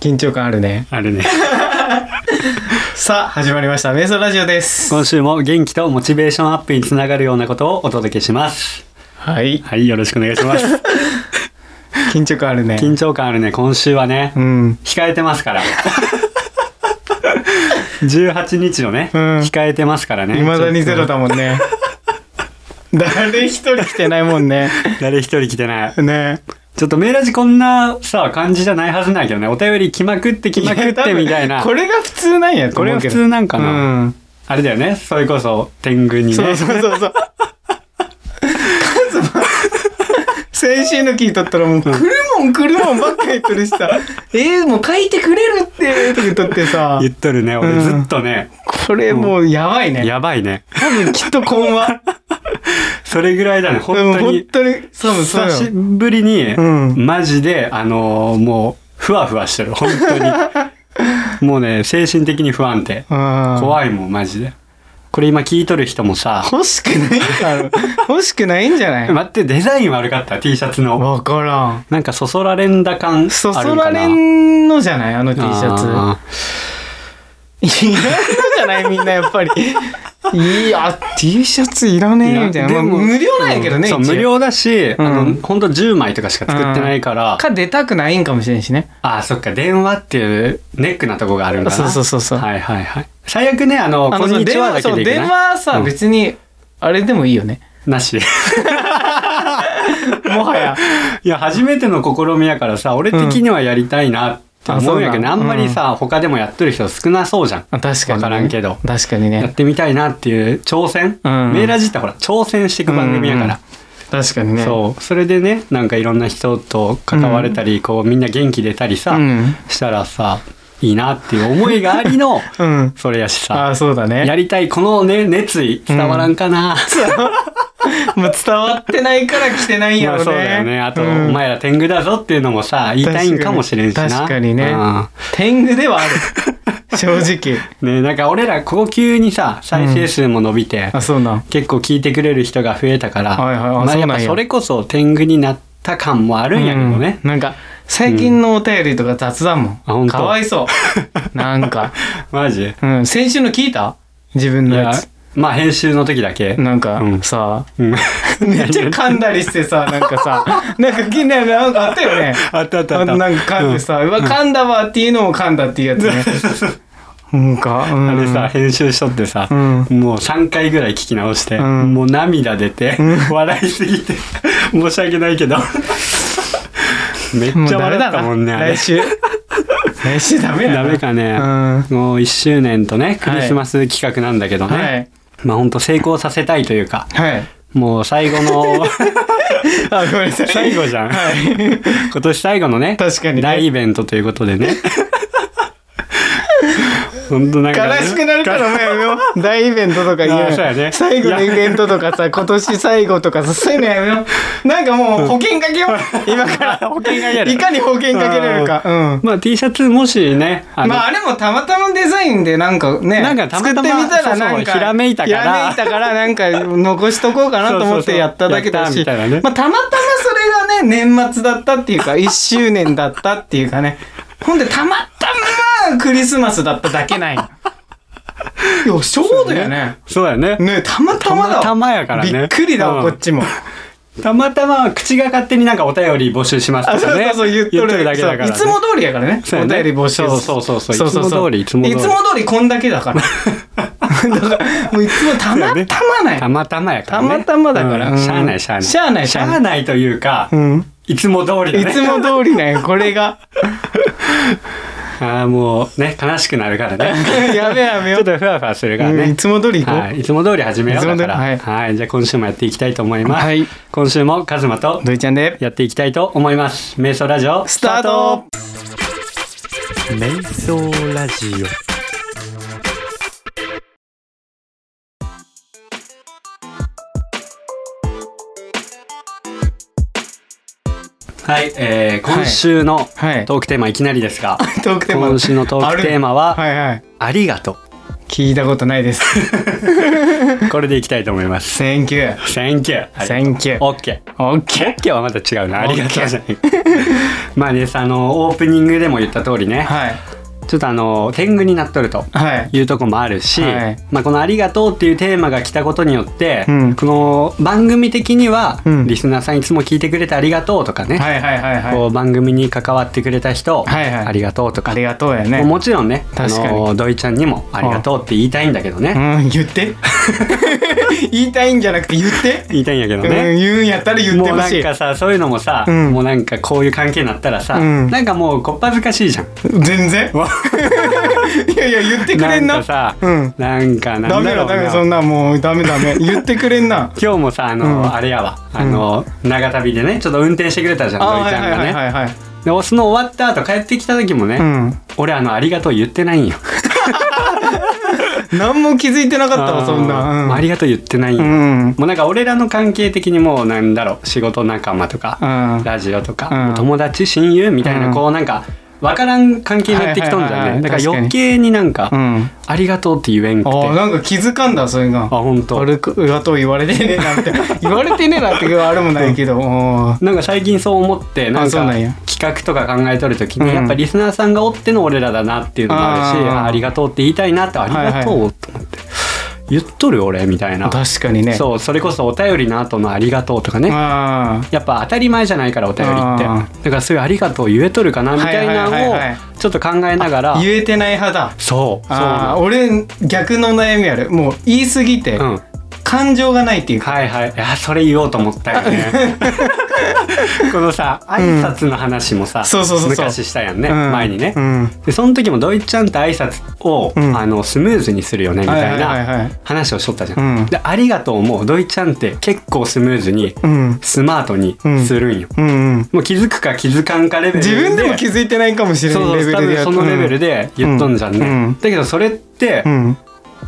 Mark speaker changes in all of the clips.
Speaker 1: 緊張感あるね。
Speaker 2: あるね。
Speaker 1: さあ、始まりました。瞑想ラジオです。
Speaker 2: 今週も元気とモチベーションアップにつながるようなことをお届けします。
Speaker 1: はい。
Speaker 2: はい、よろしくお願いします。
Speaker 1: 緊張感あるね。
Speaker 2: 緊張感あるね、今週はね
Speaker 1: う、ん。
Speaker 2: 控えてます から。18日をね、
Speaker 1: うん
Speaker 2: 控えてますからね。
Speaker 1: 未だにゼロだもん ね。誰一人来てないもんね。
Speaker 2: 誰一人来てない。
Speaker 1: ね。
Speaker 2: ちょっとメーラジこんなさ、感じじゃないはずないけどね、お便り来まくって来まくってみたいな。
Speaker 1: これが普通なんやと
Speaker 2: これ
Speaker 1: 思う
Speaker 2: は
Speaker 1: け
Speaker 2: 普
Speaker 1: ど。
Speaker 2: 通なんかな、
Speaker 1: うん。
Speaker 2: あれだよね、それこそ天狗にね。
Speaker 1: そうそうそうそう。カズマ、先週の聞いとったらもう、来るもん来るもんばっか言っとる しさ、えー、もう書いてくれるって、とか言っとってさ、
Speaker 2: 言っとるね、俺
Speaker 1: うん
Speaker 2: ずっとね、
Speaker 1: これもうやばいね。
Speaker 2: やばいね。
Speaker 1: 多分きっと今は。
Speaker 2: それぐらいだね、本
Speaker 1: うん
Speaker 2: 当に
Speaker 1: 本。当に、多分そう
Speaker 2: 久
Speaker 1: よ
Speaker 2: しぶりに、
Speaker 1: うん
Speaker 2: マジで、あのーもう、ふわふわしてる、本当に。 もうね、精神的に不安定。
Speaker 1: 怖い。
Speaker 2: 怖いもん、マジで。これ今聞いとる人もさ、
Speaker 1: 欲しくない んだろ。欲しくないんじゃない
Speaker 2: 待って、デザイン悪かった、T シャツの。
Speaker 1: わからん。
Speaker 2: なんかそそられんだ感あるんか
Speaker 1: そ
Speaker 2: な。
Speaker 1: そられんのじゃないあの T シャツ。
Speaker 2: あ
Speaker 1: いらんのじゃないみんなやっぱり。いや、T シャツいらねえみたいな。
Speaker 2: いやでも
Speaker 1: まあ無料なんやけどね、
Speaker 2: ーそう、
Speaker 1: 一応
Speaker 2: 無料だし、あ
Speaker 1: う
Speaker 2: の
Speaker 1: ん、
Speaker 2: ほんと10枚とかしか作ってないから、
Speaker 1: か出たくないんかもしれんしね。
Speaker 2: ああ、そっか、電話っていうネックなとこがあるんだな。
Speaker 1: そうそうそうそう
Speaker 2: はいはいはい。最悪ね、あの、
Speaker 1: あ
Speaker 2: こ
Speaker 1: の
Speaker 2: ん
Speaker 1: さ
Speaker 2: にち
Speaker 1: 電
Speaker 2: はだ
Speaker 1: 話
Speaker 2: け
Speaker 1: そう
Speaker 2: でいけ
Speaker 1: 電
Speaker 2: ない。
Speaker 1: 話さ、
Speaker 2: うん
Speaker 1: 別に、あれでもいいよ ね。
Speaker 2: なし。
Speaker 1: もはや。
Speaker 2: いや、初めての試みやからさ、俺的にはやりたいなって思うんやけど、
Speaker 1: うんあ
Speaker 2: あ
Speaker 1: そうんなん
Speaker 2: まりさ、他でもやってる人少なそうじゃん。
Speaker 1: あ確かに、ね。
Speaker 2: わからんけど
Speaker 1: 確かに
Speaker 2: やっ
Speaker 1: ね。
Speaker 2: てみたいなっていう挑戦、
Speaker 1: うん
Speaker 2: メーラージってほら、挑戦していく番組やから。
Speaker 1: 確かにね。
Speaker 2: そう。それでね、なんかいろんな人と関われたり、こう、みんな元気出たりさ、
Speaker 1: うん
Speaker 2: したらさ、いいなっていう思いがあ りの、
Speaker 1: うん。
Speaker 2: それやし
Speaker 1: あ
Speaker 2: さ、
Speaker 1: あ、そうだね。
Speaker 2: やりたい、このね、熱意、伝わらんかな。
Speaker 1: もう伝わってないから来てないんや
Speaker 2: ま
Speaker 1: ろね。
Speaker 2: あそうだよね。あと、
Speaker 1: うん
Speaker 2: お前ら天狗だぞっていうのもさ、言いたいんかもしれんしな。
Speaker 1: 確かにね
Speaker 2: うん。
Speaker 1: 天狗ではあ る。正直。
Speaker 2: ねなんか俺らここ急にさ再生数も伸びて、
Speaker 1: あ、そうなん。
Speaker 2: 結構聞いてくれる人が増えたから、
Speaker 1: はいはいあ
Speaker 2: まあ、
Speaker 1: そう
Speaker 2: やっ
Speaker 1: なんや
Speaker 2: ぱそれこそ天狗になった感もあるんやけどね、
Speaker 1: うんなんか、最近のお便りとか雑だもん。
Speaker 2: あほんと
Speaker 1: かわい そう。なんか。
Speaker 2: マジ
Speaker 1: うん、先週の聞いた自分
Speaker 2: い
Speaker 1: の
Speaker 2: や
Speaker 1: やつ。
Speaker 2: まあ編集の時だけ、
Speaker 1: なんか、
Speaker 2: うん
Speaker 1: さ、
Speaker 2: うん、
Speaker 1: めっちゃ噛んだりして さ、なんかさ、なんか、きななんかあったよね。
Speaker 2: あったあったあ
Speaker 1: あ
Speaker 2: った
Speaker 1: なんか噛んでさ、うわ、噛んだわっていうのも噛んだっていうやつね。なんか、うん
Speaker 2: あれさ、編集しとってさ、
Speaker 1: うん
Speaker 2: もう3回ぐらい聞き直して、
Speaker 1: うん
Speaker 2: もう涙出て、笑いすぎて 申し訳ない けどめっ
Speaker 1: もう
Speaker 2: ちゃ
Speaker 1: ダメ
Speaker 2: 笑
Speaker 1: だ
Speaker 2: った
Speaker 1: な。
Speaker 2: もんねあれ
Speaker 1: 来週。来週ダメ やな。
Speaker 2: ダメかね、
Speaker 1: う
Speaker 2: もう1周年とねクリスマス企画なんだけど
Speaker 1: ん。
Speaker 2: ね、
Speaker 1: はい。
Speaker 2: まあ本当成功させたいというか、
Speaker 1: はい。
Speaker 2: もう最後の、
Speaker 1: あ、ごめんなさい。
Speaker 2: 最後じゃん
Speaker 1: はい。
Speaker 2: 今年最後のね、
Speaker 1: 確かにね
Speaker 2: 大イベントということで ね。本当なんか、
Speaker 1: 悲しくなるからお前やめよう。大イベントと か言
Speaker 2: あそうや
Speaker 1: う
Speaker 2: ね
Speaker 1: の。最後のイベントとか さ、今年最後とかさ、そういうのやめよう。なんかもう保険かけよう。 今から。
Speaker 2: 保険がやる
Speaker 1: いかに保険かけれるか。うん。
Speaker 2: まあ T シャツもしね、あの
Speaker 1: まああれもたまたまデザインでなんかね、
Speaker 2: なんかたまたま
Speaker 1: 作ってみたらなんか、
Speaker 2: そうそうひらめいたから
Speaker 1: ひらめいたからなんか残しとこうかなと思っ
Speaker 2: そうそうそ
Speaker 1: て
Speaker 2: う
Speaker 1: やっただけだ
Speaker 2: や
Speaker 1: し、
Speaker 2: ったみたいなね
Speaker 1: まあたまたまそれがね、年末だったっていうか、1周年だったっていう かね、ほんでたまたまクリスマスだっただけない の。いや、そうだよね。
Speaker 2: そうだよね。
Speaker 1: ねたまたまだわ
Speaker 2: たまたまやからね
Speaker 1: びっくりだわ、
Speaker 2: うん
Speaker 1: こっちも。
Speaker 2: たまたま口が勝手になんかお便り募集します
Speaker 1: あ、
Speaker 2: と
Speaker 1: そ
Speaker 2: か
Speaker 1: うそ
Speaker 2: ね。
Speaker 1: うそう、言っとる
Speaker 2: だけだから、ね。
Speaker 1: そういつも通りやからね。お
Speaker 2: そうや
Speaker 1: 便
Speaker 2: ね
Speaker 1: り募集する。
Speaker 2: そうそうそうそういつも通りいつも通り
Speaker 1: いつも通りこんだけだ から。だから、もういつもたまたまない。
Speaker 2: たまたまやから、ね。
Speaker 1: たまたまだから
Speaker 2: うん
Speaker 1: うん
Speaker 2: しゃあないしゃあない。
Speaker 1: しゃあないし
Speaker 2: し
Speaker 1: ゃあ
Speaker 2: ゃ
Speaker 1: ない
Speaker 2: あないというか、
Speaker 1: うん。
Speaker 2: いつも通りだね。
Speaker 1: いつも通りなんよ、これが。
Speaker 2: ああ、もうね、悲しくなるからね。
Speaker 1: やべやべ
Speaker 2: ち
Speaker 1: よ
Speaker 2: ょっ。とふわふわするからね。
Speaker 1: うんいつも通り行こう。
Speaker 2: はい、いつも通り始めようだから。
Speaker 1: い
Speaker 2: は
Speaker 1: つ
Speaker 2: い、
Speaker 1: も
Speaker 2: じゃあ今週もやっていきたいと思います。
Speaker 1: はい
Speaker 2: 今週もカズマと
Speaker 1: ドイちゃんで、
Speaker 2: やっていきたいと思います。瞑想ラジオ
Speaker 1: スタート
Speaker 2: 瞑想ラジオ。はい、えー、今週の
Speaker 1: はい。
Speaker 2: トークテーマいきなりですが、
Speaker 1: トークテーマ。
Speaker 2: 今週のトークテーマは、
Speaker 1: はいはい。
Speaker 2: ありがとう。
Speaker 1: 聞いたことないです。
Speaker 2: これでいきたいと思います。
Speaker 1: Thank you.
Speaker 2: Thank you! はい
Speaker 1: Thank you.
Speaker 2: OK!
Speaker 1: OK!
Speaker 2: OK はまた違 うな。ありがとうじゃない。 まあね、あの、オープニングでも言った通りね、
Speaker 1: はい。
Speaker 2: ちょっとあの、天狗になっとると。
Speaker 1: はい。
Speaker 2: いうとこもあるし、
Speaker 1: はい
Speaker 2: まあ、この「ありがとう」っていうテーマが来たことによって、
Speaker 1: うん
Speaker 2: この番組的には、
Speaker 1: うん
Speaker 2: リスナーさんいつも聞いてくれてありがとうとかね、
Speaker 1: はいはいはいはい。
Speaker 2: こう番組に関わってくれた人、
Speaker 1: はいはい
Speaker 2: ありがとうと
Speaker 1: あ
Speaker 2: か、
Speaker 1: りがとうやね。
Speaker 2: もちろんねあ
Speaker 1: 確かに
Speaker 2: の土井ちゃんにも「ありがとう」って言いたいんだけどね、
Speaker 1: うん、言って。 言いたいんじゃなくて言って。
Speaker 2: 言いたいんやけど
Speaker 1: うん、
Speaker 2: ね、
Speaker 1: 言うんやったら言っ
Speaker 2: も
Speaker 1: て
Speaker 2: う
Speaker 1: ほ
Speaker 2: な
Speaker 1: し
Speaker 2: ん
Speaker 1: い。
Speaker 2: かさそういうのもさ、
Speaker 1: うん
Speaker 2: もうなんかこういう関係になったらさ、
Speaker 1: うん
Speaker 2: なんかもうこっぱずかしいじゃん。
Speaker 1: 全然。 いやいや、言ってくれん
Speaker 2: な
Speaker 1: な。
Speaker 2: んかさ、
Speaker 1: うん
Speaker 2: なんかなんだ
Speaker 1: ダ
Speaker 2: ろう
Speaker 1: メだ、ダメだ、そんな、もう、ダメダメ。言ってくれんな。
Speaker 2: 今日もさあの、
Speaker 1: うん
Speaker 2: あれやわあの、長旅でねちょっと運転してくれたじゃん
Speaker 1: あ、
Speaker 2: 土井
Speaker 1: は
Speaker 2: ち
Speaker 1: い
Speaker 2: ゃんがね、
Speaker 1: はいはいはい。
Speaker 2: でその終わった後帰ってきた時もね、
Speaker 1: うん。
Speaker 2: 俺あの「ありがとう」言ってないんよ
Speaker 1: 何も気づいてなかったわ、そん
Speaker 2: あーもう
Speaker 1: な。
Speaker 2: あ
Speaker 1: うん
Speaker 2: りがとう言ってない
Speaker 1: う
Speaker 2: んよ、
Speaker 1: ん。うん。
Speaker 2: もうなんか俺らの関係的にもうなんだろう仕事仲間とか、ラジオとか、
Speaker 1: うん
Speaker 2: お友達親友みたいな、
Speaker 1: うん
Speaker 2: こうなんか分からん関係になってきとんじ
Speaker 1: はいはい
Speaker 2: ゃ
Speaker 1: はいは
Speaker 2: ね
Speaker 1: い
Speaker 2: だから
Speaker 1: 確かに
Speaker 2: 余計になんか「
Speaker 1: うん。
Speaker 2: ありがとう」って言えんくて
Speaker 1: ああ、
Speaker 2: あ
Speaker 1: なんか気づかんだ、それが。
Speaker 2: 本当
Speaker 1: 悪く、うわと言われてねえなんて。言われてねえなって、あれもないけど。おー
Speaker 2: なんか最近そう思ってなん
Speaker 1: そう
Speaker 2: か
Speaker 1: なんや
Speaker 2: 企画とか考えとる時に、
Speaker 1: うん
Speaker 2: やっぱリスナーさんがおっての俺らだなっていうのもあるし
Speaker 1: あー
Speaker 2: あありがとうって言いたいなってありがと
Speaker 1: はいう
Speaker 2: と思って、言っとる俺みたいな、
Speaker 1: 確かにね。
Speaker 2: そうそれこそお便りの後のありがとうとかね
Speaker 1: ああ。
Speaker 2: やっぱ当たり前じゃないからお便りって
Speaker 1: あ
Speaker 2: だからそういうありがとう言えとるかなみたい
Speaker 1: は
Speaker 2: な
Speaker 1: いはいはいは
Speaker 2: の
Speaker 1: い
Speaker 2: をちょっと考えながら
Speaker 1: 言えてない派だ。
Speaker 2: そうそう
Speaker 1: あ
Speaker 2: な
Speaker 1: あ
Speaker 2: の
Speaker 1: 俺逆の悩みあるもう言い過ぎて、
Speaker 2: うん
Speaker 1: 感情がないっていうか
Speaker 2: はいはいいやそれ言おうと思ったよ ねこのさ挨拶の話もさ、
Speaker 1: そうそうそうそう
Speaker 2: 昔したやんね、
Speaker 1: うん
Speaker 2: 前にね
Speaker 1: う、ん
Speaker 2: でその時もドイツちゃんって挨拶を、
Speaker 1: うん
Speaker 2: あのスムーズにするよねみたい
Speaker 1: はいはいはいは
Speaker 2: ない話をしとったじゃん。
Speaker 1: うん
Speaker 2: で「ありがとう」もドイツちゃんって結構スムーズに、
Speaker 1: うん
Speaker 2: スマートにするんよ。
Speaker 1: うんうん
Speaker 2: もう気づくか気づかんかレベルで
Speaker 1: 自分でも気づいてないかもしれ
Speaker 2: そう
Speaker 1: ないレベル
Speaker 2: 多
Speaker 1: で
Speaker 2: 分
Speaker 1: や
Speaker 2: そのレベルで言っとんじゃんね。
Speaker 1: うんうん
Speaker 2: だけどそれって、
Speaker 1: うん、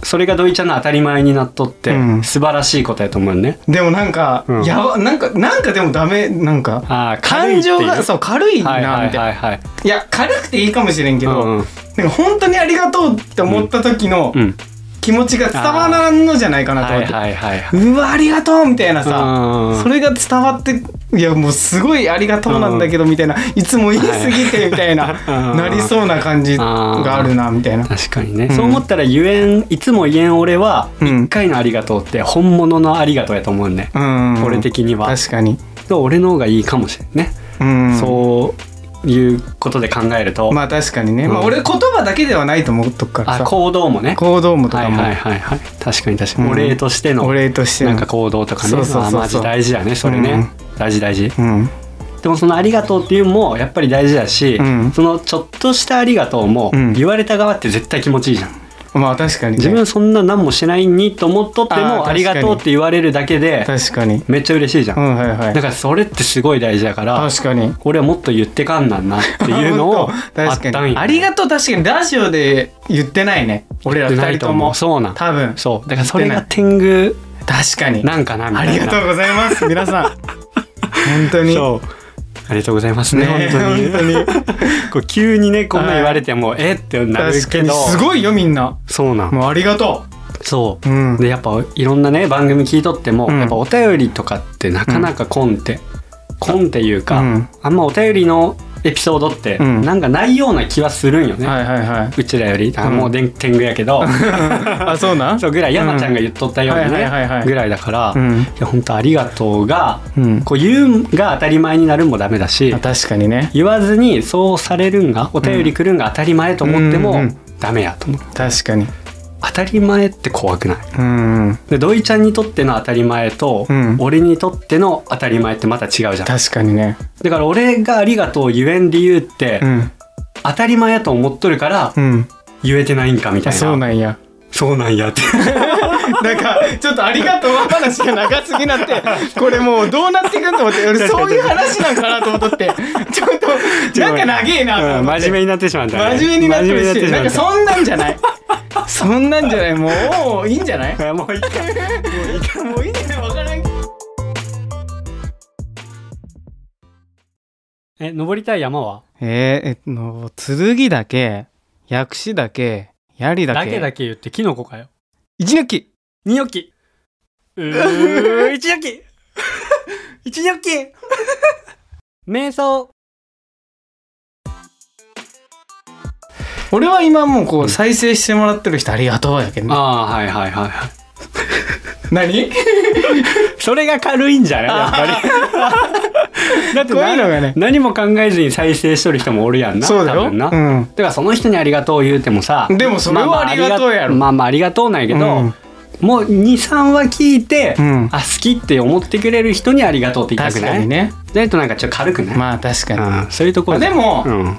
Speaker 2: それがドイツちゃんの当たり前になっとって、
Speaker 1: うん
Speaker 2: 素晴らしいことやと思うよね。
Speaker 1: でもなんか、
Speaker 2: うん
Speaker 1: やばなんかなんかでもダメなんか
Speaker 2: ああ
Speaker 1: 感情が
Speaker 2: う
Speaker 1: そう軽い
Speaker 2: はい
Speaker 1: な
Speaker 2: は
Speaker 1: み
Speaker 2: い
Speaker 1: たいな、い
Speaker 2: はいはい。
Speaker 1: や軽くていいかもしれんけ
Speaker 2: う
Speaker 1: ど、
Speaker 2: んうん
Speaker 1: なんか本当にありがとうって思った時の
Speaker 2: うん
Speaker 1: 気持ちが伝わらんのじゃないかなと
Speaker 2: は
Speaker 1: 思
Speaker 2: い
Speaker 1: って、
Speaker 2: はいはいはい。
Speaker 1: うわありがとうみたいなさ、
Speaker 2: うん
Speaker 1: それが伝わっていやもうすごいありがとうなんだけどみたいな、いつも言い過ぎてみたいな、
Speaker 2: はい
Speaker 1: なりそうな感じがあるなみたいな。
Speaker 2: 確かにね、
Speaker 1: ん
Speaker 2: そう思ったら言えんいつも言えん俺は
Speaker 1: うん
Speaker 2: 一回のありがとうって本物のありがとうやと思うね、
Speaker 1: うん、
Speaker 2: 俺的には
Speaker 1: 確かに、
Speaker 2: 俺の方がいいかもしれんね、
Speaker 1: うん、
Speaker 2: そういうことで考えると、
Speaker 1: まあ確かにね、
Speaker 2: うん
Speaker 1: まあ、俺言葉だけではないと思っとくから
Speaker 2: あ
Speaker 1: さ
Speaker 2: 行動もね
Speaker 1: 行動もと
Speaker 2: は
Speaker 1: か
Speaker 2: い
Speaker 1: も、
Speaker 2: はいはいはい確かに確かに、
Speaker 1: うん
Speaker 2: お礼としての
Speaker 1: お礼としての
Speaker 2: なんか行動とかね
Speaker 1: そうそうそうそう
Speaker 2: あマジ大事やねそれね、大事大事
Speaker 1: うん
Speaker 2: でもその「ありがとう」っていうのもやっぱり大事だし、
Speaker 1: うん
Speaker 2: そのちょっとした「ありがとう」も
Speaker 1: うん
Speaker 2: 言われた側って絶対気持ちいいじゃん
Speaker 1: まあ確かに、ね、
Speaker 2: 自分そんな何もしないにと思っとって
Speaker 1: あー
Speaker 2: も「ありがとう」って言われるだけで
Speaker 1: 確かに
Speaker 2: めっちゃ嬉しいじゃん、
Speaker 1: うんはいはい
Speaker 2: だからそれってすごい大事だから
Speaker 1: 確かに
Speaker 2: 俺はもっと言ってかんなんなっていうの を
Speaker 1: 本当
Speaker 2: あっ
Speaker 1: 確
Speaker 2: た
Speaker 1: か
Speaker 2: ん
Speaker 1: に
Speaker 2: よ
Speaker 1: ありがとう確かにラジオで言ってないね俺ら
Speaker 2: 言ってな
Speaker 1: 二
Speaker 2: い
Speaker 1: 人
Speaker 2: と
Speaker 1: と
Speaker 2: 思
Speaker 1: も
Speaker 2: うそうなん
Speaker 1: 多分
Speaker 2: そうだからそれが天狗
Speaker 1: 確かに
Speaker 2: なんかなみた
Speaker 1: あ
Speaker 2: いな
Speaker 1: りがとうございます皆さん本当に
Speaker 2: そうありがとうございますね
Speaker 1: ね
Speaker 2: 本当に
Speaker 1: 本当に
Speaker 2: こう急にねこんな言われても、えってなる
Speaker 1: 確か
Speaker 2: け
Speaker 1: に
Speaker 2: ど
Speaker 1: すごいよみんな
Speaker 2: そうなん
Speaker 1: もうありがと
Speaker 2: そう、
Speaker 1: ううん
Speaker 2: でやっぱいろんなね番組聞いとっても、
Speaker 1: うん
Speaker 2: やっぱお便りとかってなかなかコンテ、コンっていうか、
Speaker 1: うん
Speaker 2: あんまお便りのエピソードって
Speaker 1: うん
Speaker 2: なんかないような気はするんよね、
Speaker 1: はいはいはい
Speaker 2: うちらよりあ
Speaker 1: うん
Speaker 2: もうでん天狗やけ ど
Speaker 1: あ そうなん
Speaker 2: そうぐらい山ちゃんが言っとったように
Speaker 1: うんはいはいはい
Speaker 2: ね
Speaker 1: はい
Speaker 2: ぐらいだから、
Speaker 1: うん
Speaker 2: いや本当ありがとうが
Speaker 1: うん
Speaker 2: こう言うんが当たり前になるんもダメだし
Speaker 1: あ確かにね
Speaker 2: 言わずにそうされるんがお便り来るんが当たり前と思って
Speaker 1: うんう
Speaker 2: も
Speaker 1: んうん
Speaker 2: ダメやと思う
Speaker 1: 確かに
Speaker 2: 当たり前って怖くない
Speaker 1: うん
Speaker 2: で土井ちゃんにとっての当たり前と、
Speaker 1: うん
Speaker 2: 俺にとっての当たり前ってまた違うじゃんだ
Speaker 1: 確かにね
Speaker 2: から俺が「ありがとう」言えん理由って、
Speaker 1: うん
Speaker 2: 当たり前やと思っとるから
Speaker 1: うん
Speaker 2: 言えてないんかみたい
Speaker 1: あ
Speaker 2: な
Speaker 1: そうなんや
Speaker 2: そうなんやって
Speaker 1: なんかちょっとありがとう話が長すぎなってこれもうどうなっていくんと思って俺そういう話なんかなと思っとってちょっとなんか長えなと思って、
Speaker 2: うん真面目になってしまったね、
Speaker 1: 真面目になって
Speaker 2: 真面
Speaker 1: る
Speaker 2: 目
Speaker 1: し、なん
Speaker 2: になって
Speaker 1: か
Speaker 2: しまっ
Speaker 1: そんなんじゃない。そんなんじゃない、もういいんじゃない。
Speaker 2: たいやもういいかもういい か
Speaker 1: もういいんじゃない、わからんけど。
Speaker 2: え登りたい山は
Speaker 1: えー、えっと、剣だけ、薬師だけ、やりだ
Speaker 2: だ
Speaker 1: け。
Speaker 2: けだけ言ってキノコかよ。
Speaker 1: 一抜き。
Speaker 2: ニョキ。うー、一ニョキ。
Speaker 1: 一抜き
Speaker 2: 瞑想。
Speaker 1: 俺は今もうこ
Speaker 2: うん
Speaker 1: う再生してもらってる人ありがとうやけどね。
Speaker 2: ああ、はいはいはいはい。
Speaker 1: 何
Speaker 2: それが軽いんじゃないやっぱ り。だって
Speaker 1: こういうのが
Speaker 2: 何
Speaker 1: ね
Speaker 2: 何も考えずに再生しとる人もおるやんな。
Speaker 1: そうだ
Speaker 2: 多
Speaker 1: よ。
Speaker 2: 分な。
Speaker 1: うん。
Speaker 2: だからその人にありがとう言うてもさ
Speaker 1: でもそれは
Speaker 2: まま
Speaker 1: ありがとうやろ
Speaker 2: まあまあありがとうなんやけど、
Speaker 1: うん
Speaker 2: もう23話聞いて、
Speaker 1: うん
Speaker 2: あ好きって思ってくれる人にありがとうって言いた
Speaker 1: 確
Speaker 2: くな
Speaker 1: か
Speaker 2: い
Speaker 1: にね。
Speaker 2: だとなんかちょっと軽くない、
Speaker 1: まあ確かに。
Speaker 2: うん、そういうところ
Speaker 1: まあでも
Speaker 2: うん